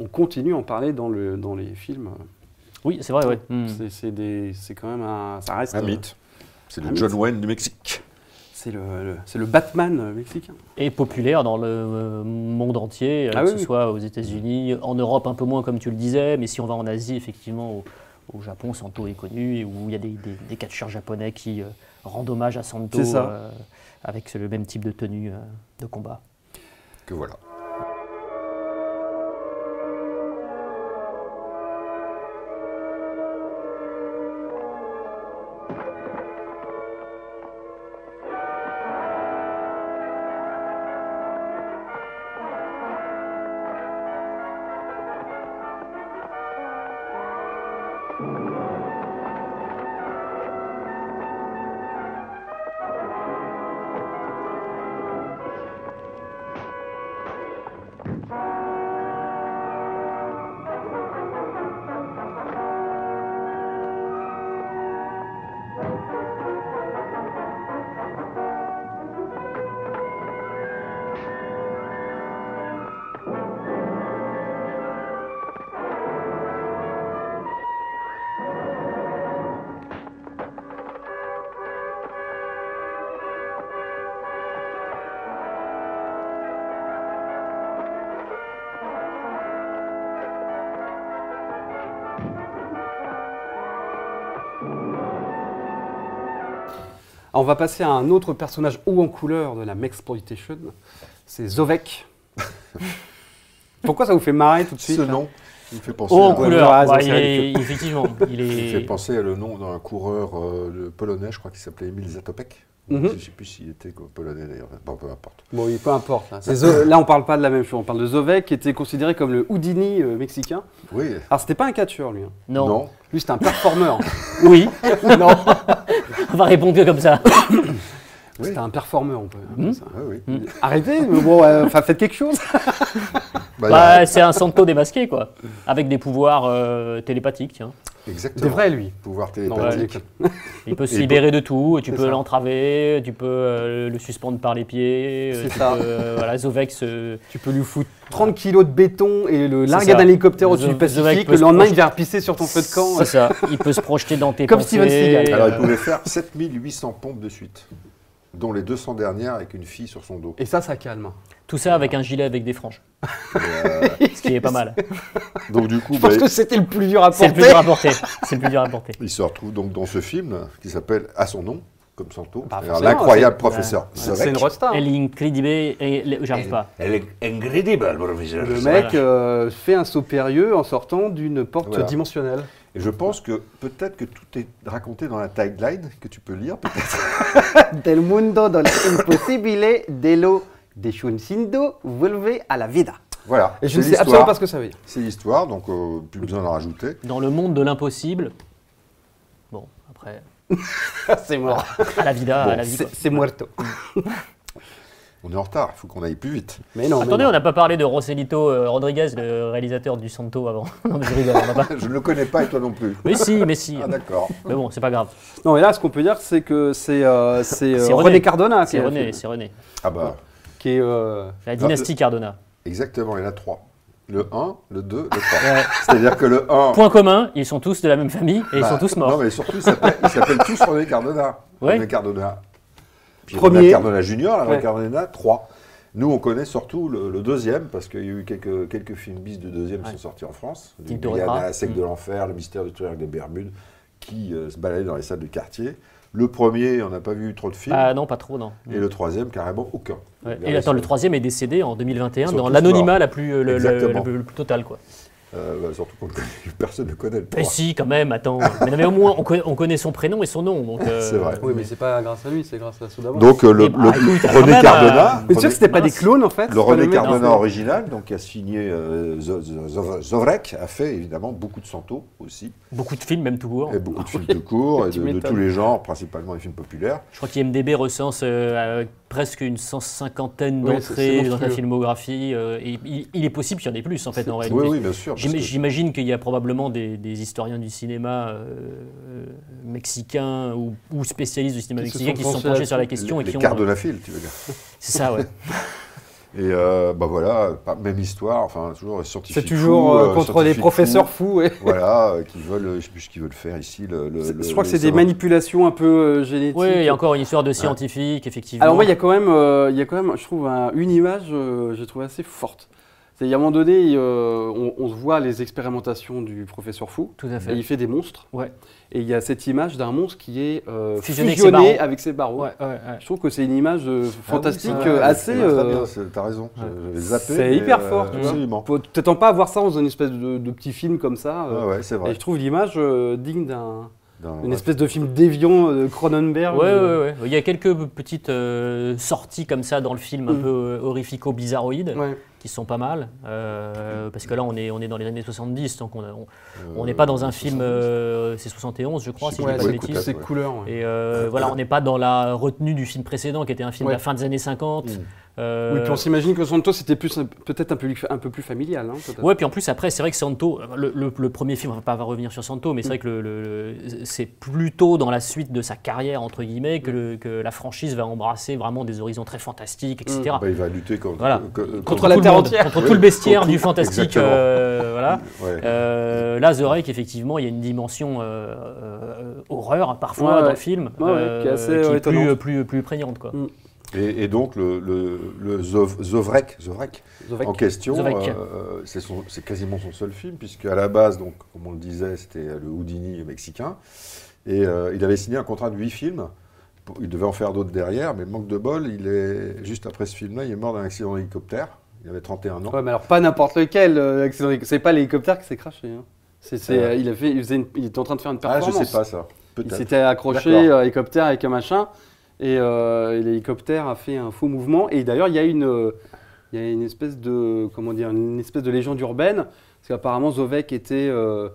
G: on continue à en parler dans, le, dans les films.
F: Oui, c'est vrai, ouais. Hmm.
G: C'est- C'est des- c'est quand même un. Ça reste.
E: Un
G: euh,
E: mythe. C'est
G: un
E: le
G: mythe.
E: John Wayne du Mexique.
G: C'est le, le- c'est le Batman euh, mexicain.
F: Et populaire dans le euh, monde entier, euh,
G: Ah
F: que
G: oui,
F: ce
G: oui.
F: soit aux États-Unis, en Europe un peu moins comme tu le disais, mais si on va en Asie, effectivement, au, au Japon, Santo est connu, et où il y a des, des, des catcheurs japonais qui euh, rendent hommage à Santo
G: C'est ça.
F: euh, avec le même type de tenue euh, de combat.
E: Que voilà.
G: Ah, On va passer à un autre personnage haut en couleur de la Mexploitation. C'est Zovek.
E: [laughs]
G: Pourquoi ça vous fait marrer tout de suite hein.
E: Ce
G: là
E: nom, il me fait penser
F: Oh, en
E: à-
F: couleur.
G: ouais,
F: Ouais,
G: c'est
F: il est-
G: [laughs]
F: effectivement, il
E: Il me fait
F: est.
E: penser à le nom d'un coureur euh, de- polonais, je crois qu'il s'appelait Emil Zatopek.
G: Mhm.
E: Je ne sais plus s'il était quoi, polonais d'ailleurs. Bon, peu importe.
G: Bon, oui, peu importe. Là. C'est Zo- là, on parle pas de la même chose. On parle de Zovek, qui était considéré comme le Houdini euh, mexicain.
E: Oui.
G: Alors, c'était pas un catcheur, lui. hein.
F: Non.
G: Lui, c'était
E: [laughs]
G: un performeur.
F: Oui,
G: non.
F: on va répondre que comme ça.
E: Oui. Hmm.
G: C'était un performeur, on peut. appeler ça.
E: Ah Oui, oui.
G: Arrêtez, mais bon, euh, enfin, faites quelque chose.
E: Bah,
F: Bah, c'est un santo démasqué, quoi. Avec des pouvoirs euh, télépathiques, tiens.
E: Exactement.
G: C'est vrai, lui.
E: Pouvoir
G: Non,
E: télépathique.
G: ouais.
F: Il peut se
E: Et
F: libérer de tout, tu
G: C'est
F: peux
G: ça.
F: l'entraver, tu peux euh, le suspendre par les pieds. euh,
G: C'est
F: tu
G: ça.
F: peux, euh, voilà, Zovek se.
G: Tu peux lui foutre 30 kilos de béton et le larguer
F: ça.
G: d'un hélicoptère au-dessus
F: The-
G: du
F: The Wreck
G: Pacifique.
F: peut
G: Le
F: se
G: lendemain,
F: projeter.
G: il vient pisser sur ton feu de camp.
F: C'est ça, il peut se projeter dans tes
G: Comme
F: pensées.
G: Steven Seagal.
E: Alors, il
F: euh,
E: pouvait faire 7800 pompes de suite, dont les 200 dernières avec une fille sur son dos.
G: Et ça, ça calme.
F: Tout ça avec un gilet avec des franges,
E: Et, euh,
F: [laughs] ce qui est pas mal.
E: donc, du coup,
G: Je pense
E: bah,
G: que c'était le plus dur à
F: C'est le plus
G: porter.
F: dur
G: [laughs]
F: à porter. C'est le plus dur à porter.
E: il se retrouve donc dans ce film qui s'appelle À son nom, comme Santo,
G: Bah,
E: c'est-à-dire
G: forcément,
E: l'incroyable
G: c'est-
E: professeur.
G: C'est
E: Zorek.
G: c'est une resta. hein.
F: Elle est incredible et les- j'arrive pas.
B: Elle est incredible, professeur.
G: Le
F: Voilà.
G: mec euh, fait un saut périlleux en sortant d'une porte
E: Voilà.
G: dimensionnelle.
E: Et je pense que peut-être que tout est raconté dans la tagline que tu peux lire. peut-être.
G: [laughs] Del mundo dans impossibile de lo desciendo vuelve a la vida.
E: Voilà.
G: Et je ne
E: C'est
G: sais absolument
E: l'histoire.
G: pas ce que ça veut dire.
E: C'est l'histoire, donc euh, plus besoin d'en rajouter.
F: Dans le monde de l'impossible. Bon, après.
G: [laughs] c'est mort.
F: À la vida, à Ah, la vie.
G: C'est
F: quoi.
G: c'est muerto.
E: On est en retard, il faut qu'on aille plus vite. [laughs]
G: Mais non. mais
F: Attendez,
G: non.
F: on n'a pas parlé de Roselito euh, Rodriguez, le réalisateur du Santo avant. [laughs] non, mais je rigole, on n'a pas.
E: Je ne le connais pas et toi non plus.
F: Mais si, mais si.
E: Ah d'accord.
F: Mais bon, c'est pas grave.
G: Non, mais là, ce qu'on peut dire, c'est que c'est euh, c'est, euh,
F: C'est
G: René.
F: René.
G: Cardona qui
F: C'est
G: est,
F: René, c'est René.
E: Ah bah,
G: qui est, euh,
E: Ah,
F: La dynastie Cardona.
E: exactement, il y en a trois. Le 1, le 2, le 3. C'est-à-dire que le 1...
F: Point commun, ils sont tous de la même famille et ils
E: bah,
F: sont tous
E: Non
F: morts.
E: mais surtout, ils s'appellent ils s'appellent tous René Cardona.
F: Ouais.
E: René Cardona. Puis
G: Premier.
E: René Cardona Junior, René
G: Ouais.
E: Cardona 3. Nous, on connaît surtout le, le deuxième, parce qu'il y a eu quelques, quelques films bis de deuxième qui sont sortis en France. Du
F: Type de Mm. Rora.
E: Guyana, Sec de l'Enfer, Le Mystère du Triangle des Bermudes, qui euh, se baladait dans les salles du quartier. Le premier, on n'a pas vu trop de films.
F: Ah non, pas trop, non.
E: Et le troisième, carrément aucun.
F: Ouais.
E: Les
F: Et attends, le
E: restes-
F: troisième est décédé en 2021
E: Ils sont
F: dans
E: tous
F: l'anonymat
E: morts.
F: la plus, euh, le, le-
E: Exactement.
F: le- le plus total, quoi.
E: Euh, bah, surtout qu'on ne connaît- [laughs] personne ne connaît le
F: Mais
E: trois.
F: si, quand même, attends. mais, non, mais au moins, on connaît, on connaît son prénom et son nom. donc, euh,
E: C'est vrai.
G: Oui, mais c'est pas grâce à lui, c'est grâce à Sodama.
E: Donc euh, le,
F: Eh bah,
E: le-
F: écoute, quand
E: René
F: même,
E: Cardona,
F: euh,
G: c'est sûr que
E: René-
G: c'était pas des
F: Mince.
G: clones en fait.
E: le René Cardona
G: Cardona
E: original, donc qui a signé euh, Zo- Zo- Zo- Zovrek, a fait évidemment beaucoup de Santo aussi,
F: Beaucoup de films, même tout court.
E: et beaucoup de films de
G: [laughs]
E: cours, et
G: Ah Tu
E: de, de
G: m'étonnes.
E: tous les genres, principalement les films populaires.
F: Je crois qu'IMDB recense euh, euh, presque une cent cinquantaine
G: Oui, c'est-
F: d'entrées
G: c'est
F: dans sa
G: monstrueux.
F: filmographie. euh, et il, il est possible qu'il y en ait plus, en fait, en réalité.
E: Oui, oui, bien sûr. parce
F: J'im-
E: que-
F: J'imagine qu'il y a probablement des, des historiens du cinéma euh, euh, mexicain ou, ou spécialistes du cinéma
G: Qui se
F: mexicain
G: sont
F: qui se sont
G: penchés
F: penchés
G: là-dessus.
F: sur la question
E: les,
F: et qui
E: les
F: ont. euh,
E: Cardonafil, tu veux dire.
F: C'est ça, ouais.
E: Et euh, bah voilà, pas- même histoire, enfin toujours scientifique.
G: C'est toujours
E: fou,
G: euh,
E: euh,
G: contre les
E: scientifique
G: professeurs
E: fou,
G: fous. et-
E: Voilà, euh, qui veulent, je sais plus ce qu'ils veulent faire ici. Le, le- le-
G: Je crois
E: Euh,
G: que
E: le
G: c'est des
E: savoir-
G: manipulations un peu euh, génétiques.
F: Oui, il y a encore une histoire de scientifique, effectivement.
G: Alors moi, il y a quand même, euh, il y a quand même, je trouve un- une image, euh, j'ai trouvé assez forte. C'est à un moment donné, il, euh, on, on se voit les expérimentations du professeur fou.
F: Tout à
G: Et
F: fait.
G: il fait des monstres.
F: Ouais.
G: Et il y a cette image d'un monstre qui est euh,
F: Fusionné
G: fusionné,
F: avec ses barreaux.
G: avec ses
F: Ouais,
G: barreaux.
F: ouais, ouais.
G: Je trouve que c'est une image euh,
E: Ah oui,
G: fantastique,
E: ça,
G: euh,
E: ouais,
G: assez.
E: c'est Très
G: euh,
E: bien, c'est- t'as raison.
F: ouais.
E: J'avais zappé.
G: C'est
E: mais,
G: hyper
E: euh,
G: fort, tu vois.
E: Absolument.
G: faut- T'attends pas à voir ça dans une espèce de, de petit film comme ça. euh,
E: Ah Ouais, ouais, c'est
G: Et
E: vrai.
G: je trouve l'image euh, digne d'un
E: Dans-
G: une espèce de film déviant euh, de Cronenberg.
F: Ouais,
G: euh,
F: ouais, ouais. Il y a quelques petites euh, sorties comme ça dans le film, un
G: Mm.
F: peu euh, horrifico-bizarroïdes,
G: ouais.
F: qui sont pas mal. euh, parce que là, on est, on est dans les années 70, donc on a- on-
E: euh,
F: on n'est pas dans un
E: 70.
F: film. euh, c'est 71, je crois, si je
G: Ouais,
F: dis pas de
G: c'est
E: écoute,
F: bêtises.
G: ces
E: ouais.
G: couleurs. ouais.
F: Et euh, voilà, on n'est pas dans la retenue du film précédent, qui était un film de la
G: Ouais. Mmh.
F: fin des années 50.
E: Mm.
F: Euh,
G: Oui, puis on s'imagine que Santos c'était plus un- peut-être un public un peu plus familial. hein, peut-être.
F: Ouais, puis en plus, après, c'est vrai que Santo, le, le- le premier film, on va pas revenir sur Santo,
G: Mmh.
F: mais c'est vrai que le- le- le- c'est plutôt dans la suite de sa carrière, entre guillemets,
G: Mmh.
F: que, le- que la franchise va embrasser vraiment des horizons très fantastiques, etc.
E: Bah, il va lutter contre,
F: Voilà.
E: co- co-
F: Contre,
G: Mmh. la
F: tout le
G: terre
F: monde,
G: entière.
F: Contre
E: Oui,
F: tout le bestiaire
E: contre
F: du
E: tout,
F: fantastique.
E: exactement.
F: euh, voilà.
E: Ouais.
G: hein.
F: Euh, là, The Rake, effectivement, il y a une dimension euh, euh, horreur parfois
G: Ouais,
F: dans
G: ouais.
F: le film
G: Ouais, ouais, qui est assez, euh,
F: est plus,
G: étonnante.
F: plus, plus prégnante. Quoi.
E: Et, et donc, le, le, le Zov- Zovrek, Zovrek
G: Zovek.
E: en question,
F: Zovrek.
E: euh, c'est son- c'est quasiment son seul film, puisque à la base, donc, comme euh, on le disait, c'était le Houdini mexicain. Et euh, il avait signé un contrat de huit films pour- il devait en faire d'autres derrière, mais manque de bol, il est juste après ce film-là, il est mort d'un accident d'hélicoptère. Il avait 31 ans.
G: Ouais, mais alors pas n'importe lequel. euh, accident d'hélico- c'est pas l'hélicoptère qui s'est crashé. hein. C'est- c'est,
E: Ouais.
G: euh, il, a fait, il, faisait une- il était en train de faire une
E: ah, je
G: performance.
E: sais pas ça.
G: il
E: Peut-être.
G: s'était accroché
E: D'accord.
G: euh, hélicoptère avec un machin. Et euh, et l'hélicoptère a fait un faux mouvement. Et d'ailleurs, il y a une, euh, il y a une espèce de, comment dire, une espèce de légende urbaine, parce qu'apparemment Zovek était euh,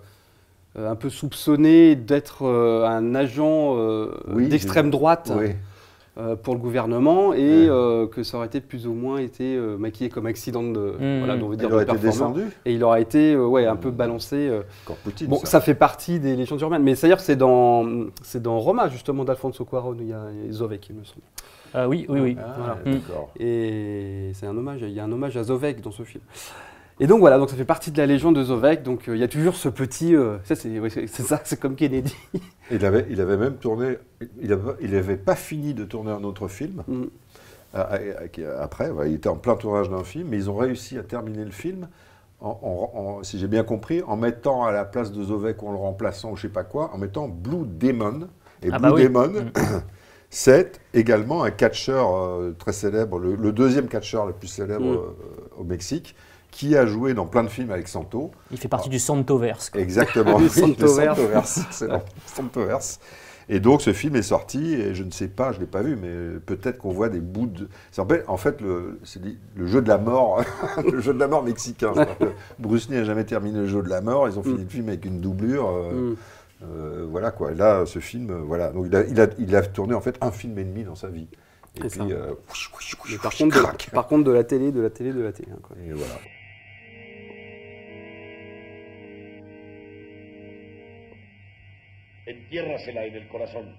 G: euh, un peu soupçonné d'être euh, un agent euh,
E: Oui,
G: d'extrême droite
E: Oui.
G: euh, pour le gouvernement et
E: Ouais.
G: euh, que ça aurait été plus ou moins été euh, maquillé comme accident de,
F: Mmh.
G: voilà, on veut dire
E: Il
G: de
E: aurait été
G: performance.
E: descendu.
G: Et il aurait été euh, ouais, un peu
E: Mmh.
G: balancé. euh.
E: Encore Poutine.
G: Bon,
E: ça.
G: ça. fait partie des légendes urbaines, mais c'est-à-dire que c'est dans, c'est dans Roma, justement, d'Alfonso Cuarón, où il y a il y a Zovek, il me semble.
F: Ah oui, oui, oui.
E: Ah,
G: Voilà.
E: D'accord.
G: Et c'est un hommage, il y a un hommage à Zovek dans ce film. Et donc voilà, donc ça fait partie de la légende de Zovek, donc euh, il y a toujours ce petit... euh, ça, c'est ouais, c'est- c'est ça, c'est comme Kennedy.
E: Il avait, il avait même tourné. Il n'avait pas fini de tourner un autre film.
G: Mm.
E: Ah, ah, ah, qui- Après, voilà, il était en plein tournage d'un film, mais ils ont réussi à terminer le film, en, en- en- si j'ai bien compris, en mettant à la place de Zovek ou en le remplaçant ou je sais pas quoi, en mettant Blue Demon. Et
F: Ah
E: Blue
F: bah oui.
E: Demon, [clears throat] c'est également un catcheur euh, très célèbre, le, le deuxième catcheur le plus célèbre
G: Mm.
E: euh, au Mexique, qui a joué dans plein de films avec Santo.
F: Il fait
G: Ah.
F: partie du Santoverse. quoi.
E: Exactement.
G: Le
E: oui,
G: Santoverse.
E: Le Santoverse, excellent. Santoverse. Et donc ce film est sorti, et je ne sais pas, je ne l'ai pas vu, mais peut-être qu'on voit des bouts de. Ça s'appelle, en fait, le, c'est dit, le jeu de la mort, [laughs] le jeu de la mort mexicain. C'est-à-dire que Bruce Lee n'a jamais terminé le jeu de la mort, ils ont fini le film avec une doublure. euh,
G: Mm.
E: euh, voilà quoi. Et Là, ce film, euh, voilà. Donc il a, il, a, il a tourné en fait un film et demi dans sa vie. Et
G: C'est
E: puis,
G: ça.
E: euh,
G: Mais par, contre, de,
E: hein.
G: par contre, de la télé, de la télé, de la télé. hein, quoi.
E: et voilà.
B: Entiérrasela en el corazón.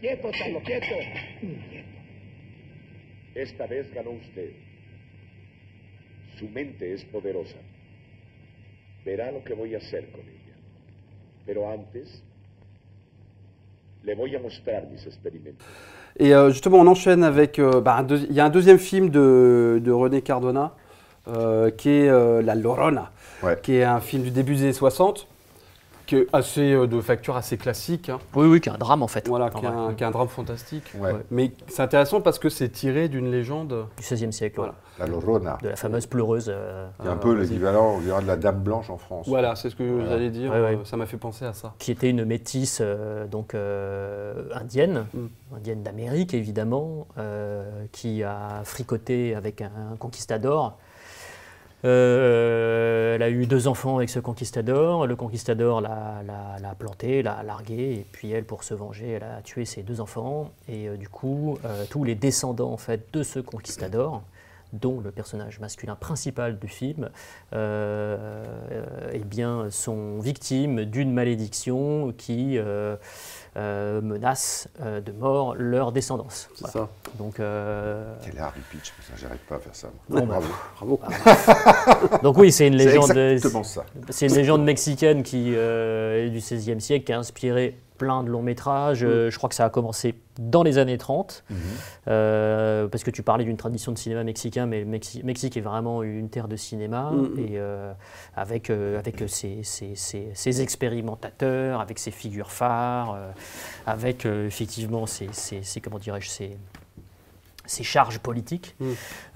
C: Quieto, Chalo, quieto. Esta vez ganó usted. Su mente es poderosa. Verá lo que voy a hacer con ella. Pero antes, le voy a mostrar mis experimentos.
G: Et euh, justement, on enchaîne avec. euh, bah, un deuxi- Il y a un deuxième film de, de René Cardona, euh, qui est euh, La Llorona,
E: Ouais.
G: qui est un film du début des années 60, qui est assez, euh, de facture assez classique, hein.
F: Oui, oui, qui est un drame en fait.
G: voilà,
F: En
G: qui est,
F: vrai.
G: un, qui est un drame fantastique.
E: Ouais.
G: Mais c'est intéressant parce que c'est tiré d'une légende.
F: Du 16e siècle,
G: Voilà.
F: ouais.
E: La Llorona.
F: de la fameuse pleureuse. euh,
E: qui est un
G: Ah,
E: peu
G: vas-y.
E: l'équivalent, on dirait, de la Dame Blanche en France.
G: Voilà, c'est ce que j'allais dire,
F: Ouais, ouais.
G: euh, ça m'a fait penser à ça.
F: qui était une métisse euh, donc euh, indienne,
G: Mm.
F: indienne d'Amérique évidemment, euh, qui a fricoté avec un, conquistador. Euh, elle a eu deux enfants avec ce conquistador. Le conquistador l'a- l'a l'a planté, l'a largué, et puis elle, pour se venger, elle a tué ses deux enfants. Et euh, du coup, euh, tous les descendants en fait de ce conquistador, dont le personnage masculin principal du film, euh, euh, eh bien, sont victimes d'une malédiction qui euh, euh, menace euh, de mort leur descendance.
G: C'est
F: Voilà.
G: ça.
F: Donc, euh,
E: Quel Harry Pitch, putain, j'arrive pas à faire ça. moi.
F: Bon, bah,
E: Bravo.
G: Bravo.
F: donc oui, c'est une
E: C'est
F: légende.
E: exactement ça.
F: C'est une légende mexicaine qui euh, est du XVIe siècle, qui a inspiré plein de longs métrages. Euh, je crois que ça a commencé dans les années 30, euh, parce que tu parlais d'une tradition de cinéma mexicain, mais le Mexi- Mexique est vraiment une terre de cinéma,
G: Mhm.
F: et euh, avec, euh, avec ses, ses- ses- ses expérimentateurs, avec ses figures phares, euh, avec euh, effectivement ses, ses- ses- comment dirais-je, ses, ses charges politiques.
G: Mm.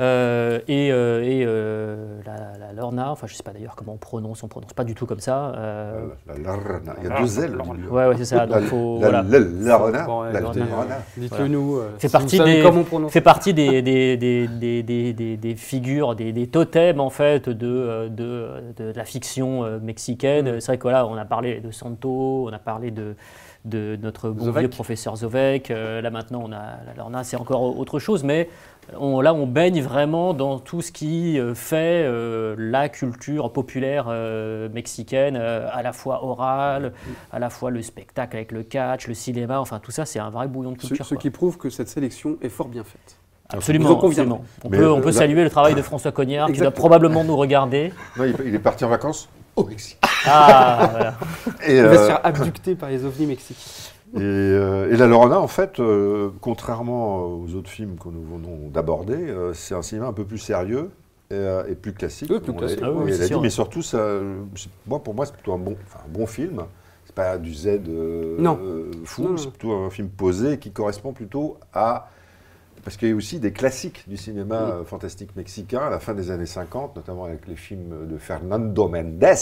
F: Euh, et euh, et, euh, la, la Lorna, enfin je sais pas d'ailleurs comment on prononce, on prononce pas du tout comme ça. euh,
E: La Larna. Il y a deux L. au début.
F: ouais, ouais, c'est ça.
E: Euh, La-
F: Donc faut,
E: la-
F: voilà.
E: la- la Larna.
G: Bon, ouais,
E: La
G: Larna.
E: Larna.
G: Dites-le nous. euh,
F: Fait
G: si vous
F: partie
G: savez
F: des-
G: Comment on prononce
F: fait partie des, des, des, des, des- des- des figures, des, des totems en fait de, euh, de, de la fiction euh,
G: Mm.
F: mexicaine. C'est vrai que voilà, on a parlé de Santo, on a parlé de, de notre bon
G: Zovek.
F: vieux professeur Zovek. Euh, là maintenant, on a la Lorna, c'est encore autre chose, mais on- là on baigne vraiment dans tout ce qui euh, fait euh, la culture populaire euh, mexicaine, euh, à la fois orale,
G: Mm.
F: à la fois le spectacle avec le catch, le cinéma, enfin tout ça, c'est un vrai bouillon de
G: Ce,
F: culture.
G: ce
F: quoi.
G: qui prouve que cette sélection est fort bien faite.
F: Absolument,
G: Vous en conviendrez.
F: absolument. On
E: Mais,
F: peut, on
E: euh,
F: peut
E: là-
F: saluer le travail de François Cognard, qui doit
G: Exactement.
F: probablement
E: [laughs]
F: nous regarder.
E: Non, il, il est parti en vacances au Mexique.
F: Ah, voilà.
E: Et,
G: Il va se
E: euh,
G: faire abducter par les ovnis mexicains.
E: Et, euh, et La Lorena, en fait, euh, contrairement aux autres films que nous venons d'aborder, euh, c'est un cinéma un peu plus sérieux et, euh, et plus classique.
G: Oui, plus
E: comme on l'a-
G: classique,
E: on
F: oui,
E: l'a
F: c'est
E: dit,
F: sûr.
E: mais surtout, ça, euh, c'est- moi, pour moi, c'est plutôt un bon, enfin, un bon film. C'est pas du Z euh,
G: Non.
E: euh, fou,
G: Non, non.
E: c'est plutôt un film posé qui correspond plutôt à. Parce qu'il y a aussi des classiques du cinéma
G: Oui.
E: euh, fantastique mexicain à la fin des années 50, notamment avec les films de Fernando Méndez,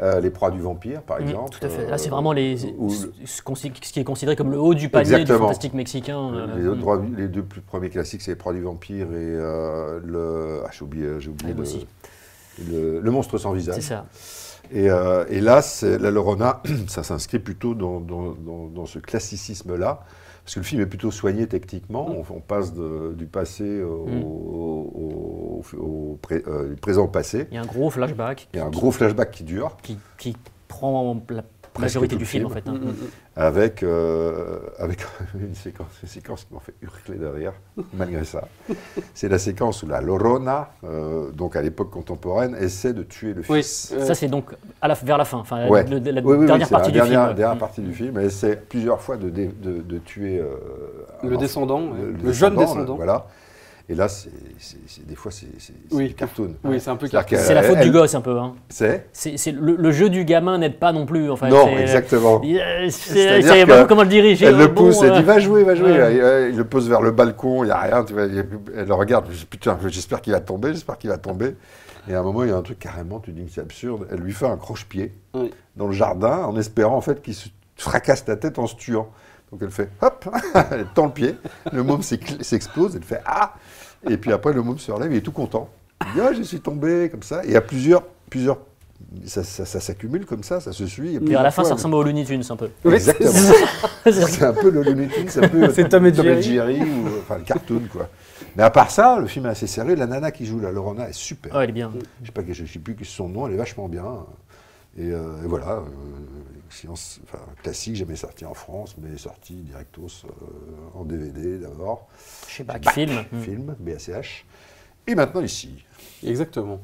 E: euh, Les Proies du Vampire, par
F: Mm,
E: exemple.
F: Tout à fait. Là, c'est
E: euh,
F: vraiment les,
E: ou-
F: ce, ce qu'on- ce qui est considéré comme le haut du panier du
E: Exactement.
F: fantastique mexicain. euh,
E: Les, autres
F: mm.
E: droits- les deux plus premiers classiques, c'est les proies du vampire et euh, le. Ah, j'ai oublié, j'ai oublié
F: Ah, moi
E: le,
F: aussi.
E: le- le monstre sans visage.
F: C'est ça.
E: Et, euh, et là, c'est- la Lorona, [clears throat] ça s'inscrit plutôt dans, dans- dans- dans ce classicisme-là, parce que le film est plutôt soigné techniquement. On, on passe de- du passé au,
F: Mm.
E: au- au- au pré- euh, du présent-passé.
F: Il y a un gros flashback
E: Il y a un gros flashback qui dure.
F: qui, qui prend la
E: Presque
F: majorité
E: tout
F: du
E: le
F: film, en
E: film.
F: fait. hein.
E: avec, euh, avec [laughs] une, séquence, une séquence qui m'a fait hurler de
G: [laughs]
E: rire, malgré ça. C'est la séquence où la Lorona, euh, donc à l'époque contemporaine, essaie de tuer le
G: Oui.
E: fils.
G: euh,
F: Ça, c'est donc à la, vers la fin, enfin, la-
E: Ouais.
F: le- la,
E: Oui, oui, oui,
F: dernière
E: c'est
F: partie
E: la
F: du
E: dernière,
F: film.
E: dernière
F: Mm.
E: partie du film. Elle essaie plusieurs fois de, dé- de- de tuer euh, un
G: Le
E: enfant-
G: descendant, ouais. Le jeune descendant.
E: voilà. Et là, c'est, c'est- c'est- des fois, c'est, c'est, c'est
G: Oui.
E: du cartoon.
G: Oui, c'est un peu
E: C'est-à-dire
G: cartoon.
F: C'est la faute
E: Elle-
F: du gosse, un peu. hein.
E: C'est
F: C'est- c'est le, le jeu du gamin n'aide pas non plus. En fait.
E: Non,
F: C'est-
E: exactement.
F: Euh, C'est
E: C'est-à-dire
F: c'est-
E: que
F: pas comment le diriger.
E: Elle le
F: Bon,
E: pousse, elle
F: euh,
E: dit va jouer, va jouer.
F: ouais.
E: Et, euh, Il le pose vers le balcon, il n'y a rien. Tu vois, il y a- elle le regarde, putain, j'espère qu'il va tomber, j'espère qu'il va tomber. Et à un moment, il y a un truc carrément, tu dis que c'est absurde. Elle lui fait un croche-pied
G: Oui.
E: dans le jardin en espérant en fait qu'il se fracasse la tête en se tuant. Donc elle fait hop, [laughs] elle tend le pied, le môme s'écl- s'explose, elle fait ah Et puis après, le môme se relève, il est tout content. Il dit ah, je suis tombé, comme ça. Et il y a plusieurs. plusieurs ça, ça- ça s'accumule comme ça, ça se suit. Et
F: Puis à la fin,
E: parfois,
F: ça
E: le-
F: ressemble au Looney Tunes, un peu.
G: Oui, [laughs] c'est-
E: Exactement. C'est un peu le Looney Tunes, c'est un peu
G: [laughs] C'est Tom et Jerry.
E: ou euh, enfin le cartoon quoi. Mais à part ça, le film est assez sérieux. La nana qui joue la Lorena est super.
F: [laughs] Ouais, il est bien.
E: Je sais pas, je sais plus son nom, elle est vachement bien. Et, euh, et voilà, euh, une séance enfin, classique, jamais sorti en France, mais sorti directos euh, en DVD d'abord, Bah,
F: Chez Bach,
G: Bah,
F: film. Mm.
E: film BACH, et maintenant ici.
G: Ah, Exactement.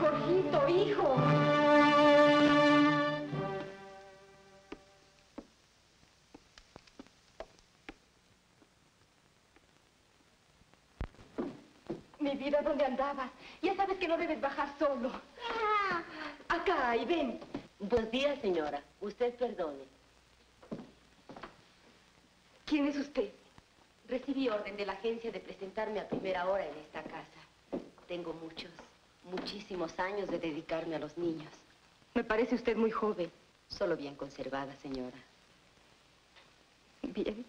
H: Jorgito, hijo. Mi vida, ¿dónde andabas? Ya sabes que no debes bajar solo. Acá, y ven.
I: Buenos días, Ah. señora. Usted perdone.
H: ¿Quién es usted?
I: Recibí orden de la agencia de presentarme a primera hora en esta casa. Tengo muchos, muchísimos años de dedicarme a los niños.
H: Me parece usted muy joven.
I: Solo bien conservada, señora.
H: Bien.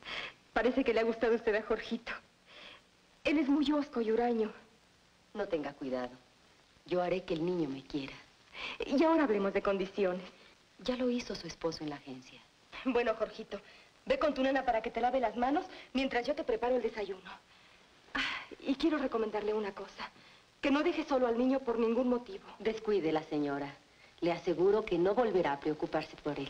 H: Parece que le ha gustado usted a Jorgito. Él es muy hosco y huraño.
I: No tenga cuidado. Yo haré que el niño me quiera.
H: Y ahora hablemos de condiciones.
I: Ya lo hizo su esposo en la agencia.
H: Bueno, Jorgito, ve con tu nana para que te lave las manos mientras yo te preparo el desayuno. Ah, y quiero recomendarle una cosa. Que no deje solo al niño por ningún motivo.
I: Descuídela, señora. Le aseguro que no volverá a preocuparse por él.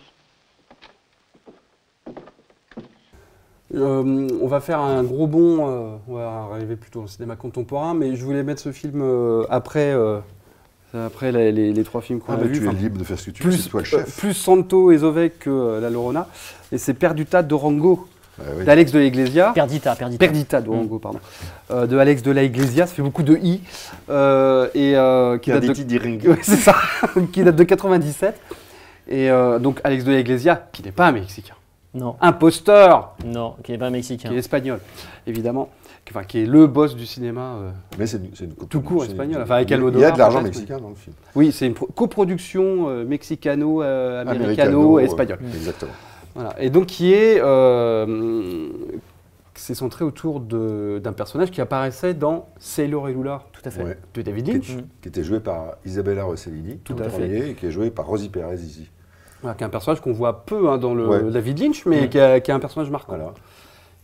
G: Euh, on va faire un gros bond, euh, on va arriver plutôt au cinéma contemporain, mais je voulais mettre ce film euh, après, euh, après les, les- les trois films qu'on
E: Ah,
G: a
E: mais
G: vus.
E: tu es
G: enfin,
E: libre de faire ce que tu veux,
G: plus,
E: c'est toi le
G: euh,
E: chef.
G: plus Santo et Zovek que euh, La Lorona, et c'est Perduta Dorango
E: Ah oui.
G: d'Alex de la Iglesia.
F: Perdita, perdita.
G: Perdita, Durango, pardon. Euh, de Alex de la Iglesia, ça fait beaucoup de i. euh, et euh, qui date de-
E: Perditi di Ring.
G: [laughs] Ouais, c'est ça, qui date de 97. Et euh, donc Alex de la Iglesia, qui n'est pas mexicain,
F: Non,
G: imposteur,
F: non, qui n'est pas mexicain.
G: qui est espagnol, évidemment, qui, enfin, qui est le boss du cinéma. euh.
E: Mais c'est une, c'est une
G: Tout court,
E: c'est-
G: espagnol,
E: c'est-
G: enfin, avec
E: il y a- Il y a
G: Almodovar,
E: de l'argent
G: peut-être,
E: mexicain dans le film.
G: Oui, c'est une pro- coproduction euh,
E: Américano,
G: mexicano-américano-espagnol.
E: euh, Exactement.
G: Voilà. Et donc qui est, euh, c'est centré autour de- d'un personnage qui apparaissait dans Sailor et Lula, tout à fait,
E: Ouais.
G: de David
E: Qui,
G: Lynch,
E: est- qui était joué par Isabella Rossellini,
G: Tout
E: en
G: à fait.
E: premier, et qui est joué par Rosie Perez ici.
G: Voilà, qui est un personnage qu'on voit peu hein, dans le
E: Ouais.
G: David Lynch, mais
F: Mm.
G: qui, a- qui est un personnage marquant.
E: Voilà.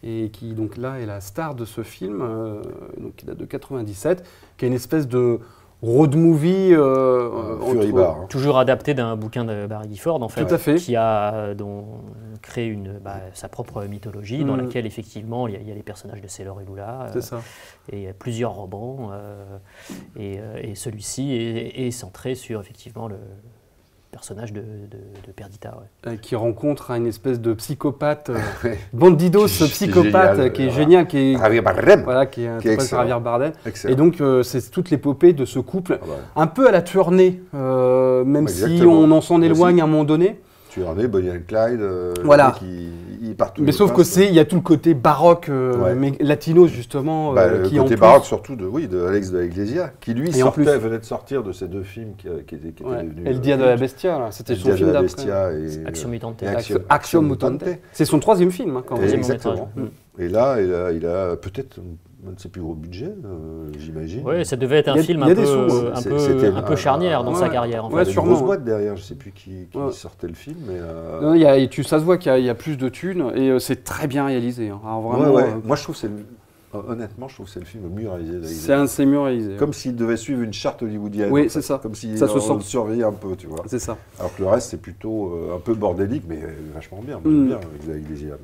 G: Et qui donc là est la star de ce film, euh, donc qui date de 97, qui est une espèce de road movie euh, entre-
E: Fury Bar. hein.
F: Toujours adapté d'un bouquin de Barry Gifford, en fait,
G: Tout à fait.
F: qui a euh, dont, créé une, bah, sa propre mythologie, dans
G: Mm.
F: laquelle effectivement il y, a- il y a les personnages de Sailor et Lula, euh,
G: C'est ça.
F: et plusieurs romans, euh, et, euh, et celui-ci est, est centré sur effectivement le personnage de, de- de Perdita. ouais.
G: Euh, qui rencontre hein, une espèce de psychopathe, euh,
E: [laughs] Ouais.
G: bandidos
E: Qui est
G: psychopathe,
E: génial, euh,
G: qui est
E: voilà.
G: génial, qui est,
E: Javier Bardem.
G: voilà, qui est interprété par
E: excellent.
G: Javier Bardem.
E: Excellent.
G: Et donc, euh, c'est toute l'épopée de ce couple,
E: Ah bah,
G: un peu à la tournée, euh, même si
E: Exactement.
G: on en s'en
E: Aussi.
G: éloigne à un moment donné.
E: tu en es, Bonnie and Clyde. euh,
G: Voilà.
E: le mec, il- il part tout
G: mais
E: le
G: sauf
E: temps,
G: que c'est, il y a tout le côté baroque, euh,
E: Ouais.
G: mais- latino justement,
E: Bah,
G: euh,
E: le
G: qui en
E: côté
G: plus-
E: baroque surtout de, oui, de Alex de la Iglesia, qui lui
G: Et en
E: sortait,
G: plus-
E: venait de sortir de ces deux films qui, euh, qui étaient, qui étaient
G: Ouais.
E: devenus...
G: El Dia de la Bestia, là, c'était
E: c'était
G: son film
E: de la
G: d'après.
E: Bestia et...
G: euh,
F: Action mutante.
E: et
F: Et
E: Action,
G: Action, Action Mutante.
E: Mutante.
G: C'est son troisième film, hein, quand
E: Et
G: même.
F: Troisième
E: exactement.
F: long métrage.
E: Et là, il a, il a peut-être un de ses plus gros budgets, euh, j'imagine.
F: Oui, ça devait être un
G: Il y a-
F: film
G: il y a
F: un
G: des sous,
F: peu, euh,
E: hein.
F: un,
E: C'est-
F: peu,
E: c'était
F: un peu
E: un-
F: charnière dans
G: ouais.
F: sa carrière. en
E: Il y a
G: Ouais,
E: des
F: fait.
G: sûrement,
E: grosses
G: ouais.
E: boîtes derrière, je sais plus qui, qui
G: Ouais.
E: sortait le film, mais... euh,
G: Non, il y a- et tu, ça se voit qu'il y, a- il y a plus de thunes et euh, c'est très bien réalisé. hein. Alors, vraiment,
E: ouais, ouais.
G: euh,
E: Moi, je trouve que c'est le- euh, honnêtement, je trouve que c'est le film le mieux réalisé. de la
G: c'est
E: Iglesia.
G: un hein. de ses mieux réalisés.
E: Comme s'il devait suivre une charte hollywoodienne.
G: Oui,
E: en fait.
G: c'est ça.
E: Comme si
G: Ça se
E: on
G: sent.
E: le surveillait un peu, tu vois.
G: C'est ça.
E: Alors que le reste, c'est plutôt euh, un peu bordélique, mais euh, vachement bien. Moi,
G: Mm.
E: j'aime bien avec la Iglesia.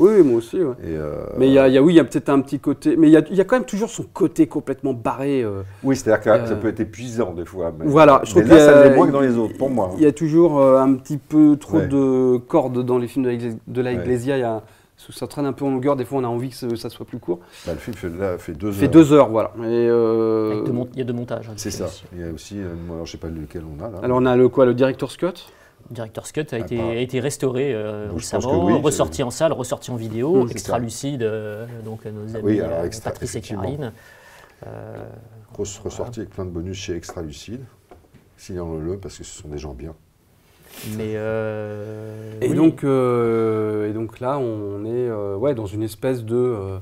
G: Oui, oui, moi aussi. ouais.
E: Et, euh,
G: Mais il y a, il y a- oui, il y a peut-être un petit côté. Mais il y a, il y a quand même toujours son côté complètement barré. euh.
E: Oui, c'est-à-dire que
G: Euh,
E: ça peut être épuisant des fois. Mais,
G: Voilà, je
E: mais
G: trouve
E: là,
G: qu'il y a-
E: ça l'est moins que dans les autres, pour moi. hein.
G: Il y a toujours euh, un petit peu trop
E: Ouais.
G: de cordes dans les films de la, Iglesia- de la
E: Ouais.
G: Iglesia. il y a- ça traîne un peu en longueur. Des fois, on a envie que ce- ça soit plus court.
E: Bah, le film fait, là, fait deux
G: Il fait
E: heures.
G: deux heures, voilà. Et, euh,
F: Avec deux mon- Il y a deux montages. hein,
E: C'est
F: du
E: ça.
F: film aussi.
E: Il y a aussi, euh, moi, alors, je sais pas lequel on a là.
G: Alors, on a le quoi Le directeur Scott
F: Director's Cut a,
E: Ah,
F: été,
E: pas-
F: a été restauré euh,
E: Donc, je pense
F: récemment,
E: que oui,
F: ressorti en salle, ressorti en vidéo,
G: Mm, c'est
F: extra
E: ça.
F: lucide, euh, donc euh, nos amis
E: Oui, alors,
F: euh,
E: extra,
F: Patrice et
E: effectivement.
F: Karine. Euh,
E: grosse ressortie avec plein de bonus chez Extra Lucide. Signalons-le parce que ce sont des gens bien.
F: mais. euh,
G: et,
F: oui.
G: donc, euh, et donc là, on est euh, ouais, dans une espèce de euh,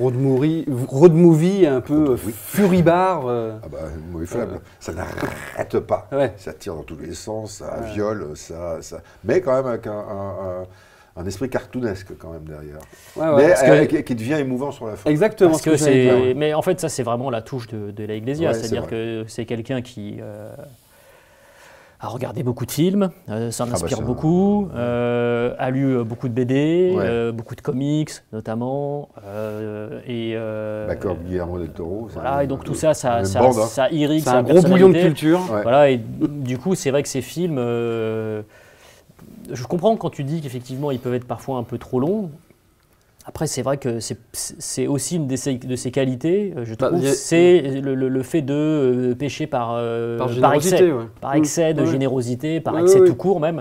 G: road, movie, road movie un peu euh,
E: movie.
G: furibar. euh,
E: Ah bah, mauvais faible. Ça n'arrête pas.
G: Ouais.
E: Ça tire dans tous les sens, ça viole, ça, ça. Mais quand même avec un, un- un- un esprit cartoonesque quand même derrière. Mais
F: Ah parce
E: euh,
F: que-
E: qui, qui devient émouvant sur la fin.
G: Exactement.
F: Parce
G: ce que
F: que
G: j'allais dire, ouais.
F: c'est, mais en fait, ça c'est vraiment la touche de, de la Iglesia,
E: Ouais, c'est
F: c'est-à-dire
E: vrai.
F: que c'est quelqu'un qui euh, a regardé beaucoup de films, euh, s'en
E: bah,
F: inspire
E: c'est un-
F: beaucoup, euh, a lu euh, beaucoup de BD,
E: Ouais.
F: euh, beaucoup de comics notamment, euh, et euh,
E: D'accord, Guillermo del Toro. c'est
F: voilà,
E: un-
F: et donc tout ça,
E: la
F: ça,
E: même
F: ça,
E: bande, hein.
F: ça irrigue
G: C'est
F: sa
G: un gros bouillon de
F: personnalité.
G: culture.
E: Ouais.
F: Voilà, et du coup, c'est vrai que ces films. euh, je comprends quand tu dis qu'effectivement, ils peuvent être parfois un peu trop longs. Après, c'est vrai que c'est- c'est aussi une des- de ses qualités, euh, je
G: Bah,
F: trouve,
G: y a-
F: c'est le, le- le fait de euh, pécher par, euh,
G: Par
F: par excès,
G: générosité, ouais.
F: par excès de
G: Mmh. Ouais.
F: générosité, par
G: Ouais,
F: excès
G: ouais,
F: tout
G: ouais.
F: court même.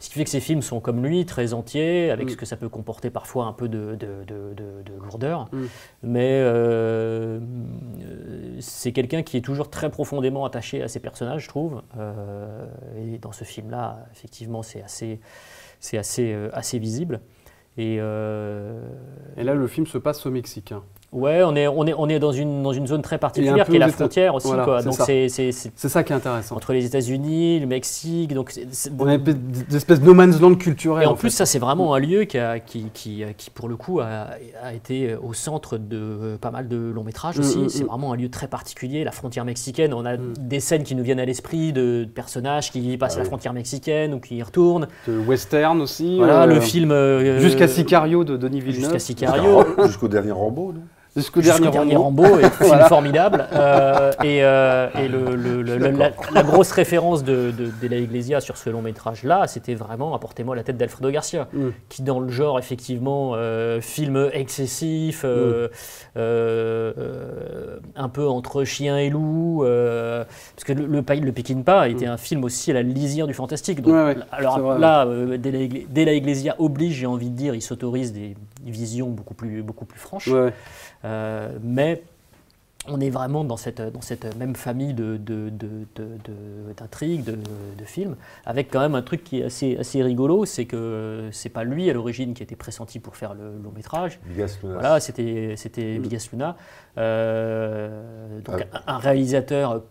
F: Ce qui fait que ces films sont comme lui, très entiers, avec
G: Mm.
F: ce que ça peut comporter parfois un peu de, de- de- de- de lourdeur.
G: Mm.
F: Mais euh, euh, c'est quelqu'un qui est toujours très profondément attaché à ses personnages, je trouve. Euh, et dans ce film-là, effectivement, c'est assez, c'est assez, euh, assez visible. Et euh,
G: Et là, le film se passe au Mexique. hein.
F: ouais, on est, on est, on est dans, une, dans une zone très particulière
G: peu
F: qui est
G: aux
F: la
G: États-
F: frontière aussi.
G: Voilà,
F: quoi.
G: c'est
F: Donc
G: ça.
F: c'est c'est- c'est
G: C'est ça qui est intéressant.
F: entre les États-Unis, le Mexique. Donc c'est- c'est-
G: On a une espèce- une espèce de no man's land culturel.
F: Et en
G: fait.
F: plus, ça, c'est vraiment un lieu qui, a- qui, qui, euh, qui, pour le coup, a, a été au centre de euh, pas mal de longs métrages
G: Mm,
F: aussi.
G: mm,
F: c'est
G: mm.
F: vraiment un lieu très particulier. La frontière mexicaine, on a
G: Mm.
F: des scènes qui nous viennent à l'esprit de, de personnages qui passent
E: Ah
F: la
E: oui.
F: frontière mexicaine ou qui y retournent.
G: de euh, western aussi.
F: Voilà,
G: euh,
F: le film. euh,
G: Jusqu'à Sicario de Denis Villeneuve.
F: Jusqu'à Sicario.
E: [laughs] Jusqu'au dernier Rambo, non
G: Jusqu'au
F: Jusqu'au
G: dernier,
F: dernier
G: Rambo.
F: Rambo,
G: [laughs]
F: et film formidable. Euh, et euh, et le- le- le- la, la grosse référence de, de, de la Iglesia sur ce long métrage-là, c'était vraiment Apportez-moi la tête d'Alfredo Garcia,
G: Mmh.
F: qui, dans le genre, effectivement, euh, film excessif, euh, euh, euh, un peu entre chien et loup, euh, parce que le, le, Pai- le Pekin Pa était un film aussi à la lisière du fantastique. Donc,
G: Mm. Ouais, ouais,
F: alors
G: c'est vrai,
F: là, euh, dès, la, Igle- dès la Iglesia oblige, j'ai envie de dire, il s'autorise des visions beaucoup plus, beaucoup plus franches.
G: Ouais, ouais.
F: Euh, mais on est vraiment dans cette, dans cette même famille de- de- de- de- de- d'intrigues, de, de films, avec quand même un truc qui est assez, assez rigolo, c'est que c'est pas lui à l'origine qui était pressenti pour faire le long métrage.
E: Bigas Lunas.
F: Voilà, c'était c'était Bigas Luna, Euh, donc un, un réalisateur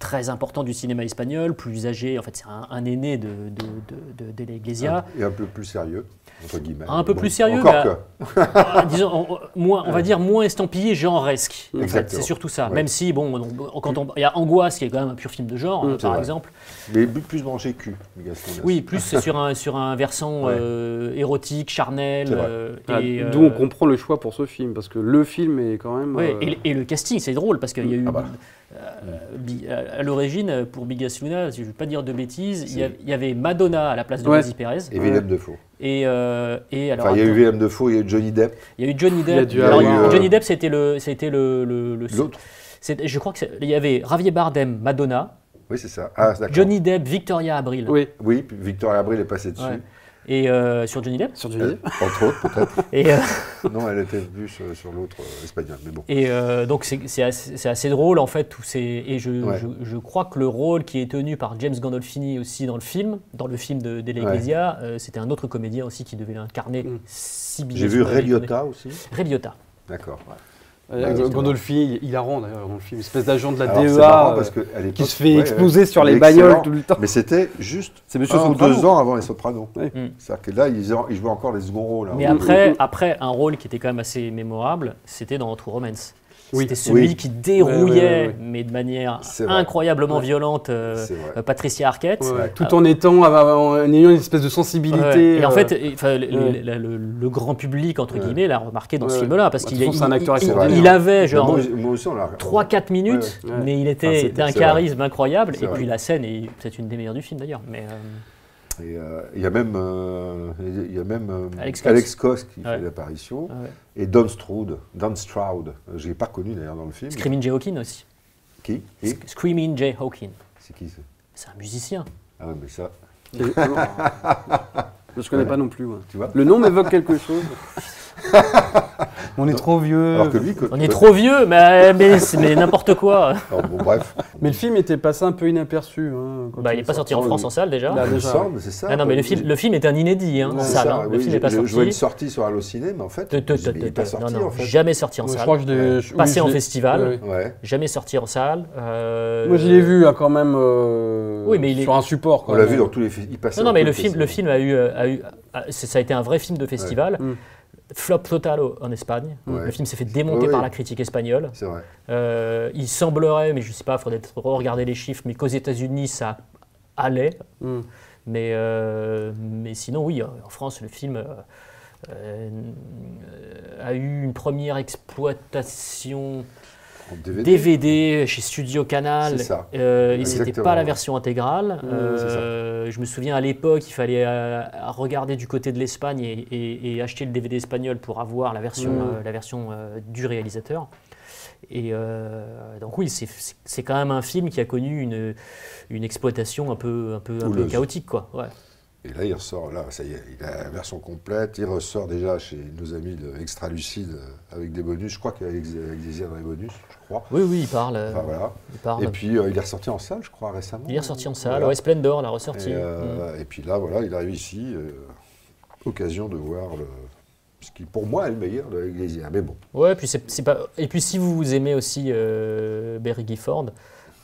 F: très important du cinéma espagnol, plus âgé, en fait c'est un, un aîné de, de, de, de, de la Iglesia.
E: Et un peu plus sérieux, entre guillemets.
F: Un peu
E: Bon,
F: plus sérieux, bah-
E: Encore
F: mais-
E: que.
F: Ah, disons, on, moins, on va dire moins estampillé genre-esque. en fait.
E: Exactement.
F: C'est surtout ça.
E: Ouais.
F: Même si, bon, on- quand on- il y a Angoisse qui est quand même un pur film de genre, hein,
E: Mm, c'est
F: par
E: vrai.
F: exemple.
E: Mais plus branché cul, Bigas Lunas.
F: Oui, plus c'est sur un, sur un versant
E: Ouais.
F: euh, érotique, charnel.
E: C'est vrai.
F: euh,
G: Ah,
F: et,
G: D'où on
F: euh,
G: comprend le choix pour ce film, parce que le film est quand même.
F: ouais,
G: euh,
F: et, et le casting, c'est drôle parce qu'il y a eu.
E: Ah bah.
F: euh, bi- à à l'origine, pour Bigas Luna, si je ne veux pas dire de bêtises, il y, a- il y avait Madonna à la place de
G: Ouais.
F: Rosie Perez.
E: Et VM Defoe.
F: Et, euh, et alors,
E: Enfin, il y a eu
F: attends,
E: VM Defoe, il y a eu Johnny Depp.
F: il y a eu Johnny
G: y a
F: Depp.
G: dû
F: Alors,
E: avoir,
F: Johnny
E: euh,
F: Depp, c'était le, c'était le, le- le-
E: L'autre.
F: C'était- Je crois que c'est- il y avait Javier Bardem, Madonna,
E: Oui, c'est ça. Ah, d'accord.
F: Johnny Depp, Victoria Abril.
G: Oui,
E: Oui, puis Victoria Abril est passée dessus.
F: Ouais. Et euh, sur Johnny Depp.
G: sur Johnny
E: Euh,
G: Depp.
E: entre autres,
F: [laughs]
E: peut-être.
F: Et, euh,
E: non, elle était vue sur, sur l'autre euh, espagnol. Mais bon.
F: et, euh, donc c'est c'est assez, c'est assez drôle en fait. Tous ces, et je,
E: Ouais.
F: je, je crois que le rôle qui est tenu par James Gandolfini aussi dans le film, dans le film de, de l'Iglesia, euh, c'était un autre comédien aussi qui devait l'incarner. si bien
E: Mm. J'ai vu Ray Liotta aussi.
F: Ray Liotta.
E: D'accord.
G: Euh,
E: exactement.
G: Gandolfi, il hilarant d'ailleurs dans le film, espèce d'agent de la
E: Alors,
F: E
G: DEA.
E: c'est marrant
G: euh,
E: parce que à l'époque,
G: qui se fait exploser sur
E: il est
G: les bagnoles
E: excellent,
G: tout le temps.
E: Mais c'était juste
G: C'est Monsieur
E: un ou
G: Soprano.
E: deux ans avant Les Sopranos.
G: Ouais.
F: Mm.
E: C'est-à-dire que là, ils, ont- ils jouaient encore les seconds rôles. hein.
F: Mais après, après, un rôle qui était quand même assez mémorable, c'était dans True Romance.
G: Oui.
F: C'était celui
E: Oui.
F: qui dérouillait,
G: Ouais, ouais, ouais, ouais.
F: mais de manière
E: C'est vrai.
F: incroyablement violente, euh,
E: C'est vrai.
F: euh, Patricia Arquette.
G: ouais,
E: vrai.
G: Tout en étant, en ayant une espèce de sensibilité.
F: Ouais. Et en
G: euh,
F: fait, et, enfin, le-
G: ouais.
F: le- la- le, le grand public, entre guillemets, l'a remarqué dans ce
G: Ouais.
F: film-là, parce
G: Bah,
F: qu'il
G: de toute
F: il-
G: façon, c'est un acteur
F: il- il-
G: extraordinaire.
F: il avait genre
E: moi, moi aussi, on l'a.
F: 3-4 minutes,
G: Ouais, ouais.
F: mais il était
E: Enfin, c'était-
F: d'un
E: c'est vrai.
F: charisme incroyable.
E: C'est
F: Et puis
E: vrai.
F: la scène est peut-être une des meilleures du film d'ailleurs. Mais euh,
E: Et, euh, Il y a même, euh, il y a même euh,
F: Alex
E: Alex,
F: Cox.
E: Cox qui
F: Ouais. Ah
E: fait l'apparition
F: ouais.
E: et Don Stroud. Don Stroud, Euh, je l'ai pas reconnu d'ailleurs dans le film.
F: Screaming Jay Hawkins aussi.
E: Qui Qui
F: Sc- Screaming Jay Hawkins.
E: C'est qui ça
F: C'est un musicien.
E: Ah ouais, mais ça,
F: Euh,
G: [laughs] et- non. je connais pas non plus. moi.
E: tu vois.
G: Le nom m'évoque quelque chose. [laughs] on est trop vieux.
E: Alors que lui, quand-
F: On est trop vieux, mais, mais, mais n'importe quoi.
E: Alors, bon,
F: [laughs]
E: bref.
G: Mais le film était passé un peu inaperçu. hein, quand
F: Bah, il n'est pas sorti en
E: sorti,
F: France
E: oui.
F: en salle déjà.
G: Là,
E: Il me
G: déjà,
E: semble, c'est ça.
F: Ah non, mais le film, le film est un inédit hein, en
E: C'est
F: salle.
E: ça,
F: hein.
E: oui,
F: Le film n'est pas
E: je, je vois une
F: sorti.
E: sortie sur Allociné, mais en fait,
F: Te-
E: je
F: te-
E: me dis,
F: te-
E: mais il n'est
F: te-
E: pas
F: te-
E: sorti
F: non, non,
E: en fait.
F: jamais sorti en
G: Moi, je
F: salle.
G: crois que je l'ai- je- oui,
F: Passé
G: je
F: en
G: l'ai-
F: festival.
G: ouais, ouais.
E: Ouais.
F: Jamais sorti en salle. euh,
G: Moi, je l'ai vu hein, quand même euh,
F: Oui, mais il est-
G: sur un support.
E: On l'a vu dans tous les films. Il passait
F: Non,
E: dans
F: non, mais
E: tous
F: le
E: les
F: film, le
E: festivals.
F: film a eu, euh, a eu- a- c'est- ça a été un vrai film de festival.
G: Mm.
F: Flop total au- en Espagne.
E: Ouais. Ah
F: Le film s'est fait démonter
E: Ouais,
F: par
E: ouais.
F: la critique espagnole.
E: C'est vrai.
F: Euh, il semblerait, mais je sais pas, il faudrait peut-être regarder les chiffres, mais qu'aux États-Unis ça allait.
G: Mm.
F: Mais, euh, mais sinon, oui, euh, en France, le film euh, euh, a eu une première exploitation
E: En DVD.
F: DVD chez Studio Canal.
E: C'est ça.
F: Euh, et c'était
E: Exactement, Mm,
F: pas la
E: ouais.
F: version intégrale. Euh, je me souviens à l'époque, il fallait euh, regarder du côté de l'Espagne et, et- et acheter le DVD espagnol pour avoir la version,
E: Mm.
F: euh, la version euh, du réalisateur. Et euh, donc oui, c'est- c'est c'est quand même un film qui a connu une, une exploitation un peu, un peu, un peu
E: Houleuse.
F: chaotique. Quoi. Ouais.
E: Et là, il ressort, là, ça y est, il a la version complète. Il ressort déjà chez nos amis de Extra Lucide euh, avec des bonus. Je crois qu'Alex Exia dans les bonus, je crois.
F: Oui, oui, il parle. euh,
E: Enfin, voilà.
F: il parle.
E: Et puis, euh, il est ressorti en salle, je crois, récemment.
F: Il est ressorti en salle,
E: Voilà.
F: ouais, Splendor l'a
E: Et,
F: ressorti. Mm.
E: euh, et puis là, voilà, il arrive ici. euh, occasion de voir le- ce qui, pour moi, est le meilleur de Exia. Mais bon.
F: Ouais, puis c'est, c'est pas... Et puis si vous aimez aussi euh, Barry Gifford,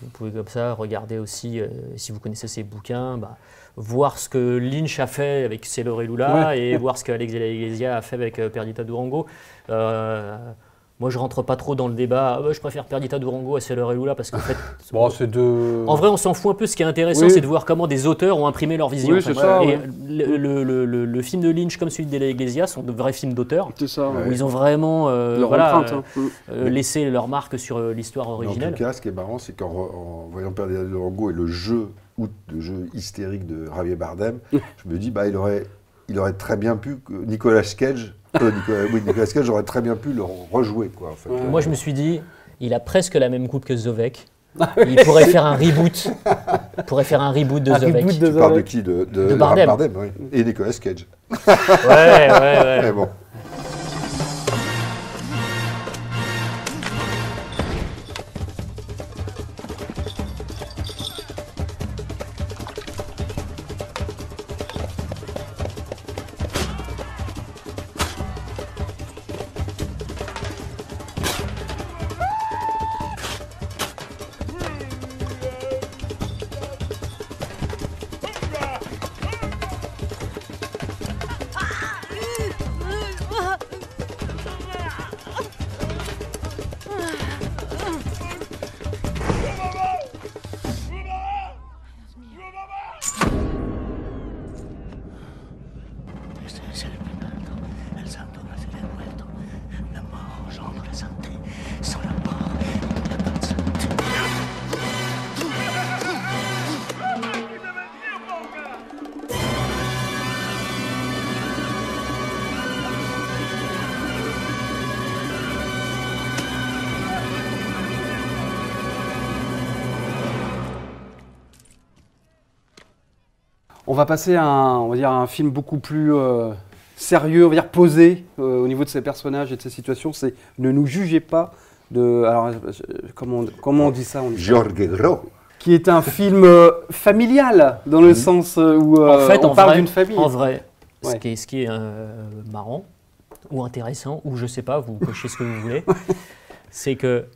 F: vous pouvez comme ça regarder aussi, euh, si vous connaissez ses bouquins, bah, voir ce que Lynch a fait avec Celo Lula et voir ce que Alex de la Iglesia a fait avec euh, Perdita Durango. Euh, Moi, je rentre pas trop dans le débat. Ah, bah, je préfère Perdita Durango à Sailor et Lula parce qu'en fait.
G: Bon, c'est de.
F: En vrai, on s'en fout un peu. Ce qui est intéressant,
G: Oui.
F: c'est de voir comment des auteurs ont imprimé leur vision.
G: Oui,
F: en fait.
G: c'est ça,
F: Et
G: ouais.
F: le, le- le- le- le film de Lynch, comme celui de De La Iglesia, sont de vrais films d'auteurs.
G: C'est ça.
F: Où ils ont vraiment euh,
G: Leur
F: voilà,
G: empreinte, hein. Mm.
F: euh, laissé leur marque sur euh, l'histoire
E: Mais En tout
F: originelle.
E: cas, ce qui est marrant, c'est qu'en re- en voyant Perdida de Rango et le jeu, ou le jeu hystérique de Javier Bardem, je me dis, bah, il aurait, il aurait très bien pu, que Nicolas Cage,
G: [laughs]
E: euh, Nicolas, oui, Nicolas Cage aurait très bien pu le rejouer, quoi, en fait. Euh,
G: Ouais.
F: Moi, je me suis dit, il a presque la même coupe que Zovek. Il pourrait faire un reboot. Il pourrait faire un reboot de
G: Un
F: Zovek.
G: reboot de
E: Tu parles de
G: Zorek.
E: qui De,
F: De Bardem.
E: oui. Et Nicolas Cage.
F: Ouais, ouais, ouais.
E: Mais bon,
B: Este es el pecado, el santo placer del muerto. La mort engendre la santé. Sans la mort, il n'y a pas de santé.
G: On va passer à un, on va dire, à un film beaucoup plus euh, sérieux, on va dire posé euh, au niveau de ses personnages et de ses situations. C'est Ne nous jugez pas de. Alors, euh, comment, on- comment on dit ça, on dit ça
E: Jorge Gros.
G: Qui est un film euh, familial, dans le sens euh, où euh,
F: en fait,
G: on
F: en
G: parle
F: vrai-
G: d'une famille.
F: En vrai, ce
G: Ouais.
F: qui est, ce qui est, euh, marrant ou intéressant ou je sais pas, vous cochez ce que vous
G: [laughs]
F: voulez, [laughs] c'est que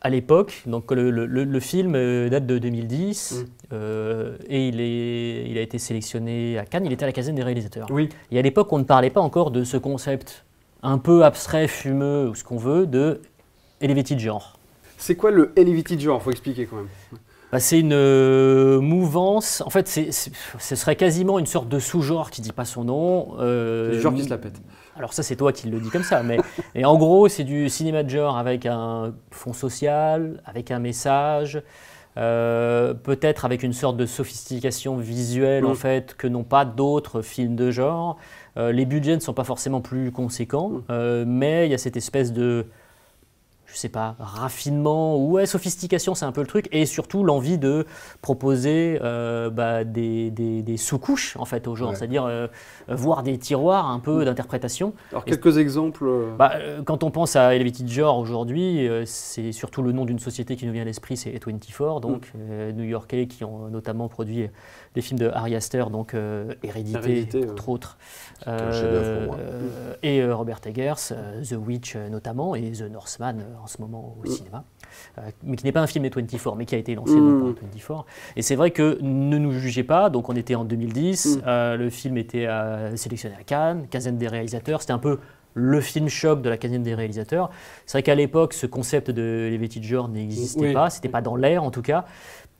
F: à l'époque, donc le, le- le- le film euh, date de
G: Mm.
F: 2010 euh, et il, est, il a été sélectionné à Cannes. Il était à la caserne des réalisateurs.
G: Oui.
F: Et à l'époque, on ne parlait pas encore de ce concept un peu abstrait, fumeux ou ce qu'on veut de Helvétie de genre.
G: C'est quoi le Helvetic genre Faut expliquer quand même.
F: Bah, c'est une euh, mouvance. En fait, c'est- c'est- ce serait quasiment une sorte de sous-genre qui dit pas son nom. euh,
G: Le genre qui se la pète.
F: Alors ça, c'est toi qui le dis comme ça, mais et en gros, c'est du cinéma de genre avec un fond social, avec un message, euh, peut-être avec une sorte de sophistication visuelle en
G: Mm.
F: fait que n'ont pas d'autres films de genre. Euh, les budgets ne sont pas forcément plus conséquents, euh, mais il y a cette espèce de je sais pas, raffinement, ouais, sophistication, c'est un peu le truc, et surtout l'envie de proposer euh, bah, des, des- des sous-couches en fait au genre,
E: Ouais.
F: c'est-à-dire euh, voir des tiroirs un peu d'interprétation.
G: Alors,
F: Et-
G: quelques exemples. euh,
F: Bah, euh, quand on pense à Elevated Genre aujourd'hui, euh, c'est surtout le nom d'une société qui nous vient à l'esprit, c'est A24, donc
G: Mm.
F: euh, new-yorkais qui ont notamment produit les films de Ari Aster, donc euh, Hérédité,
G: Hérédité, ouais.
F: entre autres,
E: un chef-d'œuvre pour moi.
F: euh, et euh, Robert Eggers, euh, The Witch euh, notamment, et The Northman euh, en ce moment au cinéma, euh, mais qui n'est pas un film A24, mais qui a été lancé
G: Mm.
F: donc, par A24. Et c'est vrai que ne nous jugez pas, donc on était en 2010,
G: Mm.
F: euh, le film était euh, sélectionné à Cannes, quinzaine des réalisateurs, c'était un peu le film choc de la quinzaine des réalisateurs. C'est vrai qu'à l'époque, ce concept de Les Vétis de genre n'existait
G: Oui.
F: pas, c'était pas dans l'air en tout cas.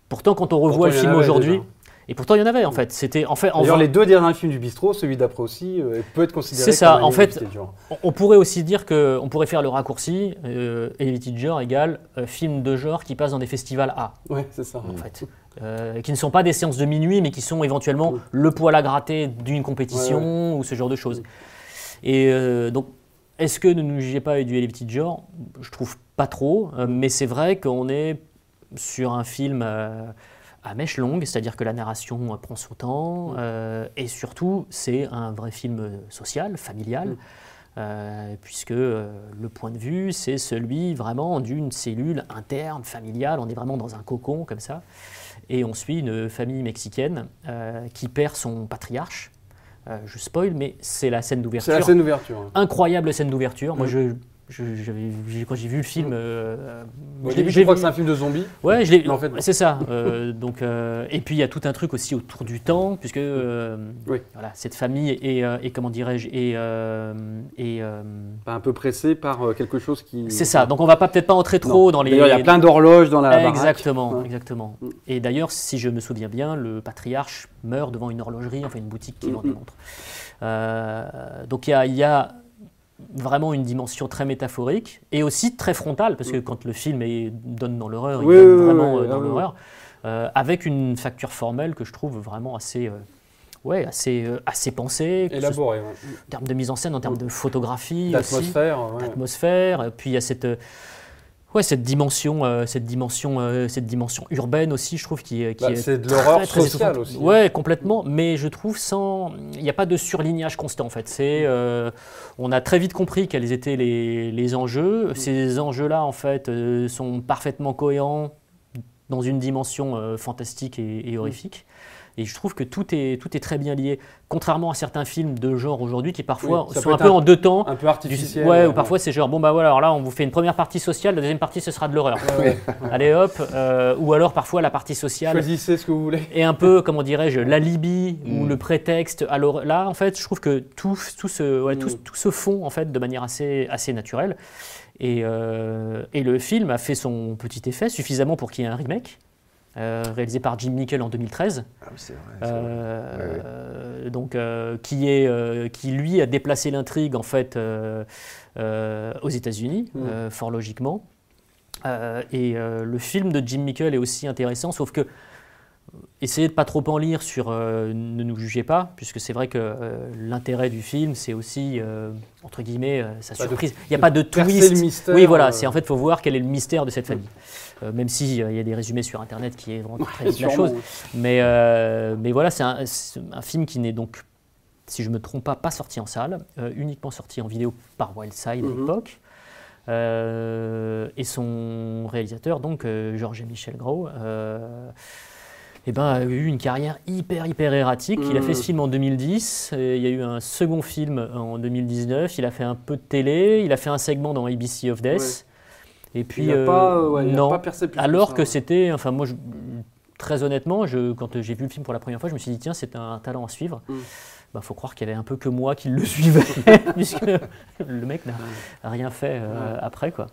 F: Pourtant, quand on revoit
G: Pourtant, il y en
F: le film
G: avait
F: aujourd'hui,
G: déjà.
F: et pourtant il y en avait en fait, c'était en fait en
G: D'ailleurs,
F: vrai-
G: les deux derniers films du bistrot, celui d'après aussi, euh, peut être considéré
F: C'est ça,
G: comme un
F: en fait,
G: Helvetic genre.
F: on- on pourrait aussi dire que on pourrait faire le raccourci euh, Elevated genre égale euh, film de genre qui passe dans des festivals A
G: Ouais, c'est ça.
F: en fait. Euh, qui ne sont pas des séances de minuit, mais qui sont éventuellement le poil à gratter d'une compétition ou ce genre de choses. Et euh, donc, est-ce que ne nous jugez pas et du Petit Genre Je trouve pas trop, euh, mais c'est vrai qu'on est sur un film euh, à mèche longue, c'est-à-dire que la narration euh, prend son
G: Mm.
F: temps, euh, et surtout, c'est un vrai film euh, social,
G: Mm.
F: familial. euh, puisque euh, le point de vue, c'est celui vraiment d'une cellule interne, familiale, on est vraiment dans un cocon comme ça, et on suit une famille mexicaine euh, qui perd son patriarche. Euh, je spoil, mais c'est la scène
G: C'est
F: d'ouverture
G: la scène Mm. d'ouverture. hein.
F: incroyable scène d'ouverture. Moi, je, je- j'avais vu- quand j'ai vu le film, euh,
G: Au
F: je l'ai-
G: début, je
F: j'ai
G: crois que
F: vu-
G: c'est un film de zombies.
F: Ouais, je l'ai-
G: Mais en fait, non.
F: c'est ça. euh, [laughs] donc, euh, et puis il y a tout un truc aussi autour du temps, puisque euh,
G: Oui.
F: voilà, cette famille et, euh, et comment dirais-je et, euh, et, euh,
G: Pas un peu pressé par euh, quelque chose qui.
F: C'est ça. Donc on va pas peut-être pas entrer trop
G: Non.
F: dans les.
G: D'ailleurs, il y a plein d'horloges dans la. baraque.
F: Exactement,
G: Ouais.
F: exactement.
G: Mm.
F: Et d'ailleurs, si je me souviens bien, le patriarche meurt devant une horlogerie, enfin une boutique qui en
G: Mm, mm.
F: démontre. Euh, donc il y a, il y a vraiment une dimension très métaphorique et aussi très frontale, parce que quand le film est- donne dans l'horreur,
G: Mm. Oui,
F: il donne
G: oui, oui,
F: vraiment
G: oui,
F: euh, dans
G: ah oui.
F: l'horreur, euh, avec une facture formelle que je trouve vraiment assez, euh, ouais, assez, euh, assez pensée, que ce soit
G: Élaboré. ouais.
F: en termes de mise en scène, en termes de photographie aussi
G: Mm. L'atmosphère. ouais.
F: atmosphère. Et Puis il y a cette, euh, ouais, cette dimension, euh, cette dimension, euh, cette dimension urbaine aussi, je trouve, qui, est- qui
G: Bah,
F: est
G: c'est de l'horreur
F: très, très
G: sociale
F: étouffante.
G: aussi.
F: Ouais, complètement. Mais je trouve sans, il n'y a pas de surlignage constant en fait. C'est, euh, on a très vite compris quels étaient les, les
G: Mm.
F: enjeux. Ces enjeux-là en fait euh, sont parfaitement cohérents dans une dimension euh, fantastique et, et horrifique. Et je trouve que tout est, tout est très bien lié, contrairement à certains films de genre aujourd'hui qui parfois
G: Oui, ça
F: sont
G: peut
F: un
G: être
F: peu
G: un-
F: en deux temps.
G: Un peu
F: Du-
G: artificiel. euh,
F: ouais, ou parfois c'est genre, bon bah voilà, alors là on vous fait une première partie sociale, la deuxième partie ce sera de l'horreur.
G: Ouais.
F: [laughs] Allez hop, euh, ou alors parfois la partie sociale
G: Choisissez ce que vous voulez.
F: est un peu, comment dirais-je, l'alibi
G: Mm.
F: ou le prétexte. à l'horreur. là en fait, je trouve que tout, tout, se, ouais, tout,
G: Mm.
F: tout se fond en fait de manière assez, assez naturelle. Et, euh, et le film a fait son petit effet suffisamment pour qu'il y ait un remake. euh, réalisé par Jim Nickel en 2013,
E: Ah, mais c'est vrai, c'est vrai.
F: euh, donc euh, qui est euh, qui lui a déplacé l'intrigue en fait euh, euh, aux États-Unis,
G: Mm.
F: euh, fort logiquement. Euh, et euh, le film de Jim Mickle est aussi intéressant, sauf que euh, essayez de pas trop en lire sur euh, ne nous jugez pas, puisque c'est vrai que euh, l'intérêt du film c'est aussi euh, entre guillemets euh, sa
G: Pas de-
F: surprise. Il n'y a pas de
G: percer
F: twist.
G: le mystère,
F: oui voilà,
G: euh. Mm.
F: c'est en fait faut voir quel est le mystère de cette famille. Euh, même si euh, il y a des résumés sur internet qui est vraiment très vite la
G: Sûrement,
F: chose.
G: ouais.
F: Mais, euh, mais voilà, c'est un, c'est un film qui n'est donc, si je ne me trompe pas, pas sorti en salle, euh, uniquement sorti en vidéo par Wildside à
G: Mhm.
F: l'époque. Euh, et son réalisateur, donc euh, Georges et Michel Gros, euh, eh ben, a eu une carrière hyper, hyper erratique. Il a fait ce
G: Mhm.
F: film en 2010, et euh, il y a eu un second film en 2019, il a fait un peu de télé, il a fait un segment dans ABC of Death. Et puis,
G: Il n'a
F: euh,
G: pas, euh, ouais, il a
F: non.
G: pas percé plus
F: Alors
G: ça, hein.
F: que
G: ouais.
F: c'était, enfin moi, je- très honnêtement, je, quand j'ai vu le film pour la première fois, je me suis dit tiens, c'est un talent à suivre.
G: Mm.
F: Bah, faut croire qu'il y avait un peu que moi qui le suivais, [laughs] puisque le mec
G: Mm.
F: n'a rien fait euh, après quoi.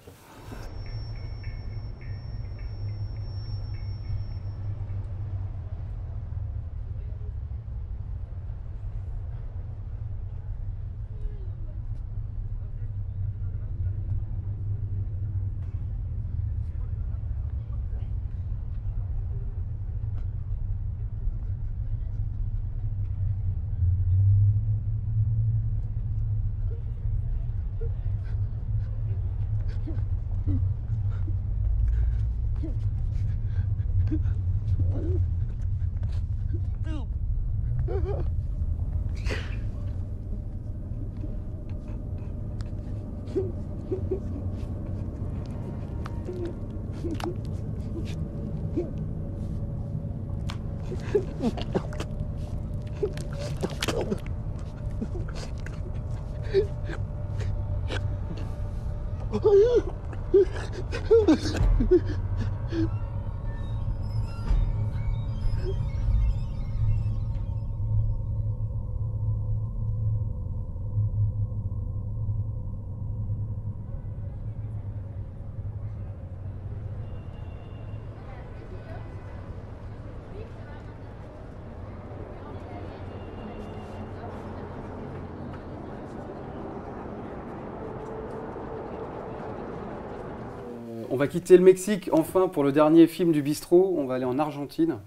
G: On va quitter le Mexique enfin pour le dernier film du bistrot. On va aller en Argentine.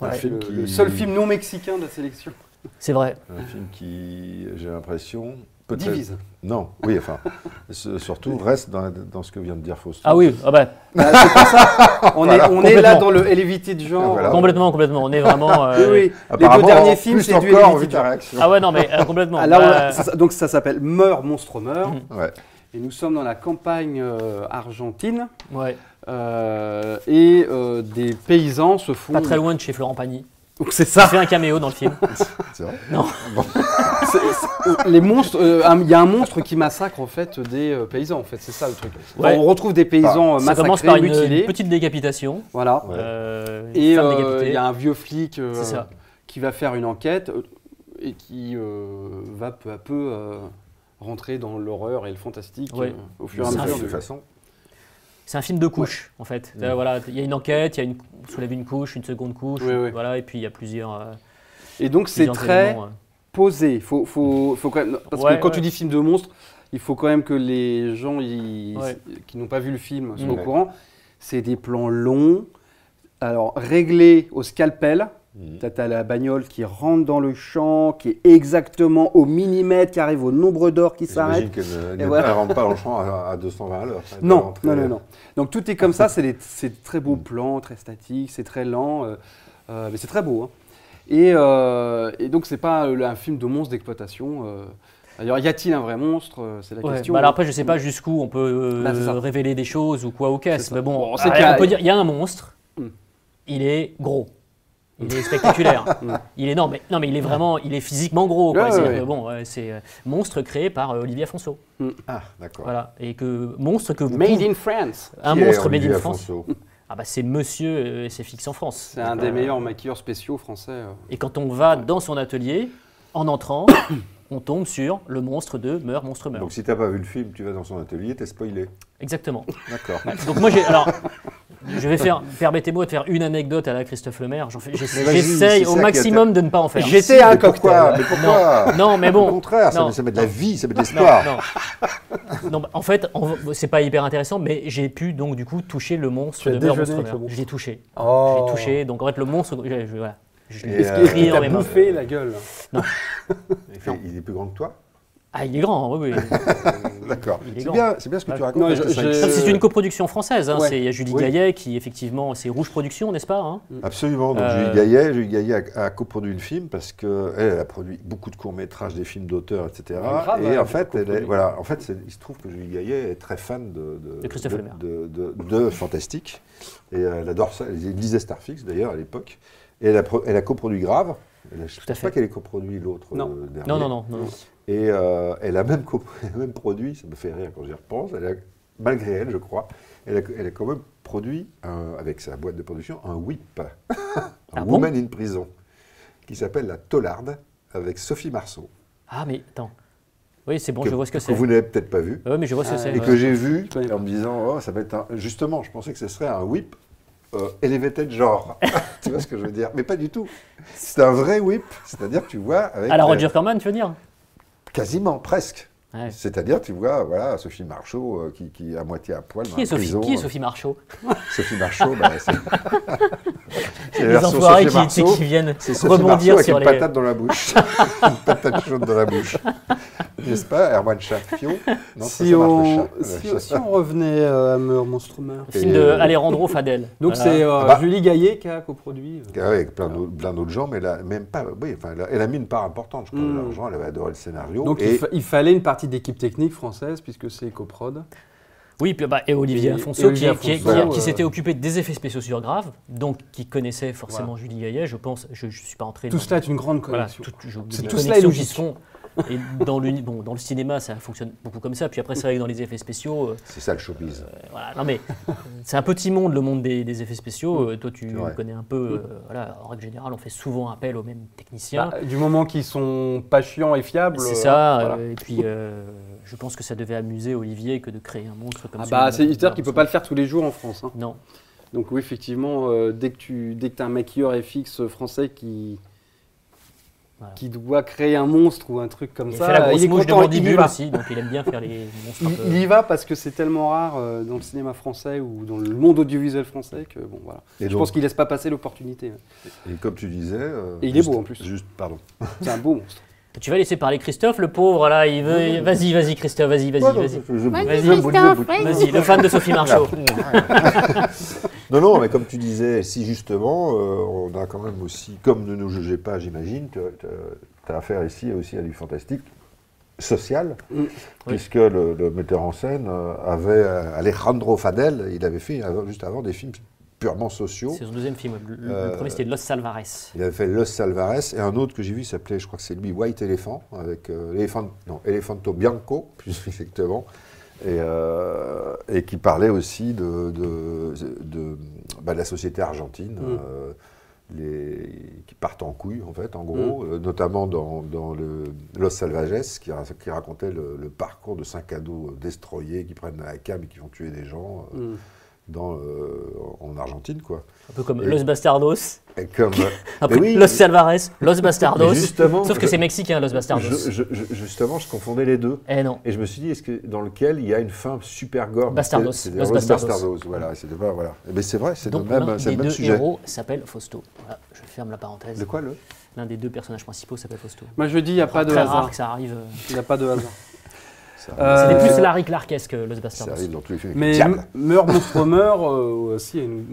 E: Un
G: Ouais,
E: film
G: le,
E: qui-
G: le seul film non mexicain de la sélection.
F: C'est vrai.
E: Un film qui, j'ai l'impression, peut-être-
G: Divise.
E: Non, oui, enfin, ce- surtout reste dans, dans ce que vient de dire Faust.
F: Ah oui, ah bah,
G: On,
E: Voilà,
G: est, on est là
F: complètement.
G: dans le Elevated genre.
E: Voilà.
F: complètement, complètement. On est
G: [laughs]
F: vraiment. euh,
G: Oui, oui. Les
E: Apparemment,
G: deux derniers
E: en
G: films,
E: plus
G: c'est du
E: encore, vu
G: Elevated
E: ta
G: genre.
E: réaction.
F: Ah ouais, non, mais euh, complètement.
G: Ah, là, on a-
F: Bah,
G: ça- donc ça s'appelle Meurs, monstre meurt.
F: Mm.
E: Ouais.
G: Et nous sommes dans la campagne euh, argentine.
F: ouais,
G: euh, et euh, des paysans se font.
F: pas très loin de chez Florent Pagny.
G: Donc c'est
F: Il
G: ça.
F: fait un caméo dans le film.
E: C'est vrai.
G: C'est- c'est- les monstres, euh, un- il y a un monstre qui massacre en fait des euh, paysans. En fait, c'est ça le truc. Enfin,
F: Ouais.
G: on retrouve des paysans euh,
F: Ça commence par
G: massacrés,
F: une,
G: mutilés.
F: petite décapitation.
G: Voilà.
E: Ouais.
F: euh, une
G: Et
F: femme
G: euh,
F: décapitée.
G: il y a un vieux flic euh,
F: C'est ça.
G: qui va faire une enquête euh, et qui euh, va peu à peu euh, rentrer dans l'horreur et le fantastique
F: Ouais.
G: euh, au fur
E: De
G: et à
F: C'est
G: mesure.
E: toute
G: de-
E: façon,
F: C'est un film de couches, en fait. Euh, Voilà, il y a une enquête, il y a une on soulève une couche, une seconde couche,
G: Oui, oui.
F: voilà, et puis il y a plusieurs. euh,
G: Et donc c'est
F: plusieurs
G: très
F: éléments, euh.
G: posé. Faut, faut, faut quand même, parce
F: Ouais,
G: que quand
F: ouais.
G: tu dis film de monstre, il faut quand même que les gens ils-
F: Ouais.
G: qui n'ont pas vu le film soient
F: Mm.
G: au courant. C'est des plans longs, alors réglés au scalpel. T'as- T'as la bagnole qui rentre dans le champ, qui est exactement au millimètre, qui arrive au nombre d'or qui s'arrête.
E: j'imagine qu'elle
G: Et
E: ne,
G: voilà.
E: ne rentre pas en champ à, à 220 à l'heure. Elle doit
G: Non,
E: rentrer- euh.
G: non, non, non. Donc tout est comme ça, c'est des, c'est des très beaux plans, très statiques, c'est très lent, euh, euh, mais c'est très beau. hein. Et, euh, et donc c'est pas euh, un film de monstre d'exploitation. euh. D'ailleurs, y a-t-il un vrai monstre Euh, C'est la
F: Ouais,
G: question. Mm.
F: bah alors après, je sais pas jusqu'où on peut euh,
G: Bah, c'est ça.
F: révéler des choses ou quoi ou qu'est-ce.
G: ça.
F: Mais bon,
G: Bon, on
F: on,
G: sait qu'il y a-
F: on peut dire il y a un monstre.
G: Mm.
F: Il est gros. Il est
G: [laughs]
F: spectaculaire. il est non mais non mais il est vraiment il est physiquement gros. quoi.
G: Mm. Ouais,
F: C'est-à-dire
G: ouais,
F: que,
G: ouais.
F: bon, euh, c'est euh, monstre créé par euh, Olivier Afonso.
E: Ah, d'accord.
F: Voilà et que monstre que vous Ah.
G: Made
F: pouvez-
G: in France.
F: un
E: Qui est
F: monstre made
E: Olivier
F: in France.
E: Afonso
F: Ah bah c'est Monsieur euh, c'est fixe en France. euh,
G: C'est un des meilleurs maquilleurs spéciaux français. euh.
F: Et quand on va dans son atelier, en entrant, [coughs] on tombe sur le monstre de meurt monstre meurt.
E: Donc si t'as pas vu le film, tu vas dans son atelier, t'es spoilé.
F: Exactement.
E: D'accord.
F: Donc moi j'ai alors je vais faire permettez-moi de faire une anecdote à la Christophe Lemaire. J'en fais- j'essa-
E: Mais vas-y, c'est
F: J'essaye au
E: ça qui
F: maximum de ne pas en faire.
G: J'étais à un
E: Mais pourquoi
G: cocktail.
E: Mais pourquoi
F: Non mais bon.
E: Au contraire, ça
F: non.
E: met, ça met de la vie, ça met de
F: Non,
E: l'espoir.
F: non. Non, bah, en fait, en- c'est pas hyper intéressant, mais j'ai pu donc du coup toucher le monstre
G: Tu as
F: de Meurt
G: déjeuné
F: Monstre
G: avec le
F: Meurt.
G: monstre.
F: Je l'ai touché.
G: Oh.
F: Je l'ai touché. Donc en fait, le monstre, je, je- voilà. Je l'ai
E: Et, euh,
F: pris
G: Il
F: dans
G: t'a
F: mes mains.
G: bouffé la gueule.
E: Il fait- Il est plus grand que toi
F: Ah, il est grand, oui, oui.
E: D'accord.
F: Il est
E: C'est
F: grand.
E: bien, c'est bien ce que tu
F: Non,
E: racontes.
G: je-
E: parce que ça
G: je-
E: existe.
F: Sauf que c'est une coproduction française. hein,
G: Ouais.
F: c'est- Il y a Julie
E: Oui.
F: Gaillet qui, effectivement, c'est Rouge Production, n'est-ce pas hein
E: Absolument. Donc,
F: Euh,
E: Julie Gaillet, Julie Gaillet a, a coproduit le film parce qu'elle elle a produit beaucoup de courts-métrages, des films d'auteurs, etc.
G: Ah, grave,
E: et
G: elle a
E: en fait, elle est-
G: coproduit.
E: voilà, en fait c'est- il se trouve que Julie Gaillet est très fan de,
F: De Christophe Lemaire.
E: de- de- de Fantastique. Et elle adore ça. Elle lisait Starfix, d'ailleurs, à l'époque. Et elle a, pro- elle a coproduit Grave. Elle a- je ne
F: à
E: pense
F: fait.
E: pas qu'elle ait coproduit l'autre
G: Non.
E: euh, dernier.
F: Non, non, non. non, non.
E: Et euh, elle, a même co- [laughs] elle a même produit, ça me fait rire quand j'y repense, elle a- malgré elle, je crois, elle a, elle a quand même produit, un- avec sa boîte de production, un whip, [laughs] un
F: Ah bon
E: Woman in Prison, qui s'appelle La Tollarde, avec Sophie Marceau.
F: Ah, mais attends. Oui, c'est bon,
E: que,
F: je vois ce que c'est.
E: vous n'avez peut-être pas vu.
F: Oui, mais je vois ce que c'est.
E: Et
F: ouais.
E: que j'ai vu
G: connais pas.
E: en me disant, oh, ça va être un. Justement, je pensais que ce serait un whip euh, elevated genre. [laughs] tu vois ce que je veux dire Mais pas du tout. C'est un vrai whip, c'est-à-dire, tu vois. Avec
F: À la
E: euh,
F: Roger Corman, tu veux dire
E: Quasiment, presque.
F: Ouais.
E: C'est-à-dire, tu vois, voilà, Sophie Marceau euh, qui, qui est à moitié à poil. dans
F: Qui
E: la
F: est Sophie,
E: prison,
F: qui est
E: euh,
F: Sophie Marceau
E: Sophie Marceau, bah, c'est. c'est la
F: Les
E: version
F: enfoirés
E: Sophie
F: qui,
E: Marceau,
F: qui viennent
E: C'est Sophie Marceau
F: rebondir
E: avec
F: sur
E: une
F: les.
E: patate dans la
F: [laughs]
E: bouche. une patate chaude dans la bouche. N'est-ce pas, Erwan Chafion Non, ça,
G: Si
E: ça marche, le
G: on,
E: chat.
G: si-
E: Le chat.
G: si on revenait euh, à Meur Monstre Meur.
F: Le film de
E: Et-
F: Alejandro Fadel.
G: Donc
F: Voilà.
G: c'est euh,
E: Ah bah.
G: Julie Gaillet qui a coproduit. euh.
E: Ah ouais, Avec plein d'autres plein d'autres gens, mais elle a, même pas, oui, enfin, elle a- elle a mis une part importante, je crois,
G: Mm.
E: de l'argent, elle avait adoré le scénario.
G: Donc il,
E: et
G: fa- il fallait une partie d'équipe technique française puisque c'est coprod.
F: Oui, puis, bah, et Olivier
G: Et-
F: Afonso,
G: et Olivier
F: qui, qui-
G: Afonso,
F: qui-
G: euh,
F: qui s'était occupé des effets spéciaux sur Grave, donc qui connaissait forcément Julie Gaillet, je pense. Je ne suis pas entré
G: Tout
F: dans-
G: cela est une grande
F: Voilà,
G: connexion.
F: tout- je-
G: C'est
F: des
G: tout cela
F: connexions
G: est
F: qui se font. Et dans le, bon, dans le cinéma, ça fonctionne beaucoup comme ça. Puis après, c'est vrai que dans les effets spéciaux, euh,
E: c'est ça le showbiz.
F: voilà. Non mais euh, c'est un petit monde, le monde des, des effets spéciaux. Euh, toi, tu
E: C'est vrai.
F: connais un peu. euh, voilà, en règle générale, on fait souvent appel aux mêmes techniciens.
G: Bah, du moment qu'ils sont pas chiants et fiables.
F: c'est
G: euh,
F: ça.
G: voilà.
F: euh, et puis, euh, je pense que ça devait amuser Olivier que de créer un monstre comme
G: Ah
F: ça.
G: bah, c'est dire qu'il peut pas le faire tous les jours en France. hein.
F: Non.
G: Donc oui, effectivement, euh, dès que tu dès que as un maquilleur FX euh, français qui
F: Voilà.
G: qui doit créer un monstre ou un truc comme
F: Il
G: ça, euh,
F: fait la
G: il
F: grosse
G: est
F: mouche de
G: content, il y
F: mandibule
G: va.
F: aussi, donc il aime bien faire les monstres. un
G: Il,
F: peu-
G: il y va parce que c'est tellement rare euh, dans le cinéma français ou dans le monde audiovisuel français que bon voilà.
E: Et
G: Je
E: donc-
G: pense qu'il laisse pas passer l'opportunité. hein.
E: Et comme tu disais. euh,
G: Et il est
E: juste-
G: beau, en plus.
E: Juste, pardon.
G: C'est un beau [laughs] monstre.
F: Tu vas laisser parler Christophe, le pauvre là. Il veut. Vas-y, vas-y, Christophe, vas-y, vas-y,
E: Ouais, non,
F: vas-y.
E: je- je-
F: Vas-y,
E: Christophe,
F: Vas-y, le fan de Sophie Marceau.
E: Non, non, mais comme tu disais, si justement, euh, on a quand même aussi, comme ne nous jugez pas, j'imagine, tu as affaire ici aussi à du fantastique social, puisque le, le metteur en scène euh, avait, euh, Alejandro Fadel, il avait fait avant- juste avant des films purement sociaux.
F: C'est son deuxième film. ouais. Le, le
E: Euh,
F: premier, c'était Los Salvarez.
E: Il avait fait Los Alvarez et un autre que j'ai vu il s'appelait, je crois que c'est lui, White Elephant, avec euh, Elephant- non, Elefanto Bianco, [laughs] plus exactement, et, euh, et qui parlait aussi de, de, de- bah, de la société argentine,
G: Mm.
E: euh, les- qui partent en couille, en fait, en gros,
F: Mm.
E: euh, notamment dans, dans le Los Salvages, qui, ra- qui racontait le, le parcours de cinq ados euh, destroyés qui prennent la cam et qui vont tuer des gens
F: Mm.
G: Mm.
E: euh, dans, euh, en Argentine, quoi.
F: Un peu comme
E: Et-
F: Los Bastardos,
E: Et comme,
F: [laughs] après
E: Mais oui,
F: Los Salvarez, Los Bastardos.
E: [laughs] Mais justement,
F: Sauf que
E: je-
F: c'est mexicain, Los Bastardos.
E: je- je- je- justement, je confondais les deux.
F: Eh non.
E: Et je me suis dit, est-ce que dans lequel il y a une fin super gore
F: Bastardos,
E: C'est des
F: Los Bastardos.
E: Bastardos. Voilà, c'était pas voilà. Eh ben, c'est vrai, c'est le
F: Donc
E: même,
F: l'un
E: c'est
F: des
E: le même
F: deux
E: sujet.
F: héros s'appelle Fausto. Voilà, je ferme la parenthèse.
E: De quoi le
F: L'un des deux personnages principaux s'appelle Fausto.
G: Moi, je dis, il n'y a pas de
F: Très rare
G: hasard.
F: que ça arrive. euh,
G: Il n'y a pas de hasard.
E: Ça,
F: C'est
G: Euh,
F: plus Larry Clarkesque que Los
E: ça
F: Bastardos.
E: arrive dans tous les films.
G: Mais
E: Diable.
G: meurt monstre meurt, euh, aussi, il y a une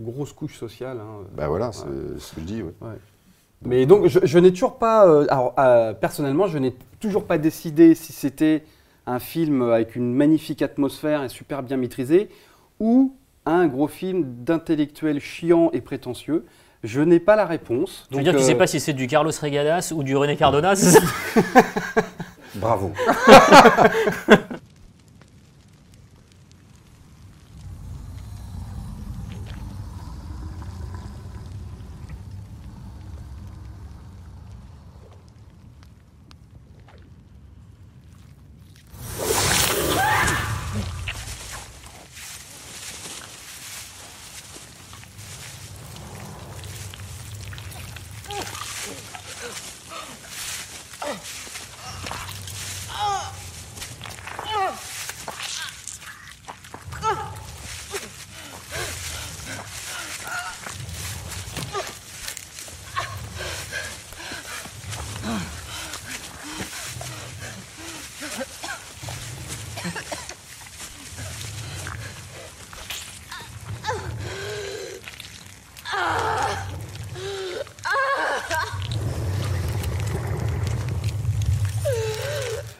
G: grosse couche sociale. hein.
E: Bah voilà, c'est ce que je dis. ouais.
G: Ouais. Mais donc, je, je n'ai toujours pas. euh, alors, euh, personnellement, je n'ai toujours pas décidé si c'était un film avec une magnifique atmosphère et super bien maîtrisé ou un gros film d'intellectuel chiant et prétentieux. Je n'ai pas la réponse.
F: Tu veux dire que tu
G: euh,
F: sais pas si c'est du Carlos Regadas ou du René Cardona
G: [laughs]
F: c'est ça
E: Bravo.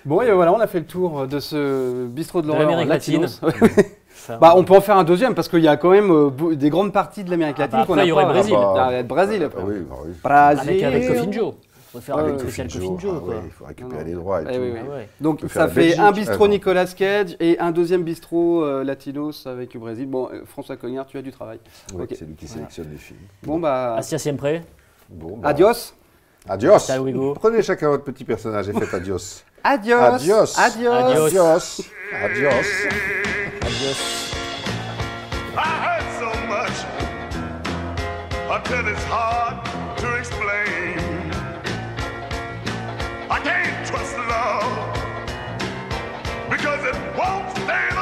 G: Bon, et voilà, on a fait le tour de ce bistrot de
F: De
G: l'horreur
F: l'Amérique latine.
G: latinos. [laughs] Bah, on peut en faire un deuxième parce qu'il y a quand même euh, bou- des grandes parties de l'Amérique
F: Ah, bah,
G: latine qu'on
F: après,
G: a
F: il y aurait
G: pas.
F: le Brésil.
G: Ah, bah, il y a le Brésil après.
E: Ah oui, bah oui.
F: avec,
G: Brésil.
F: avec Coffin Joe. On peut faire
G: Avec
F: un spécial
E: Coffin
F: Coffin
E: Joe,
F: Joe.
E: ah
F: quoi.
E: ouais, il faut récupérer
G: Non, non.
E: les droits et
G: Eh
E: tout.
G: oui, oui.
F: Ah ouais.
G: Donc
E: peut faire
G: ça
E: la
G: fait
E: Belgique.
G: un
E: Ah,
G: bistrot
E: non.
G: Nicolas Cage et un deuxième bistrot euh, Latinos avec le Brésil. Bon, euh, François Cognard, tu as du travail.
E: Ouais,
G: Ok.
E: C'est lui qui sélectionne les films.
G: Bon bah,
F: Hasta siempre.
E: Bon, bah,
G: adios.
E: Adios.
F: Hasta luego.
E: Prenez chacun votre petit personnage et faites adios.
G: Adios.
E: Adios.
G: Adios.
F: Adios.
E: Adios. Adios.
J: I heard so much until it's hard to explain. I can't trust love because it won't stand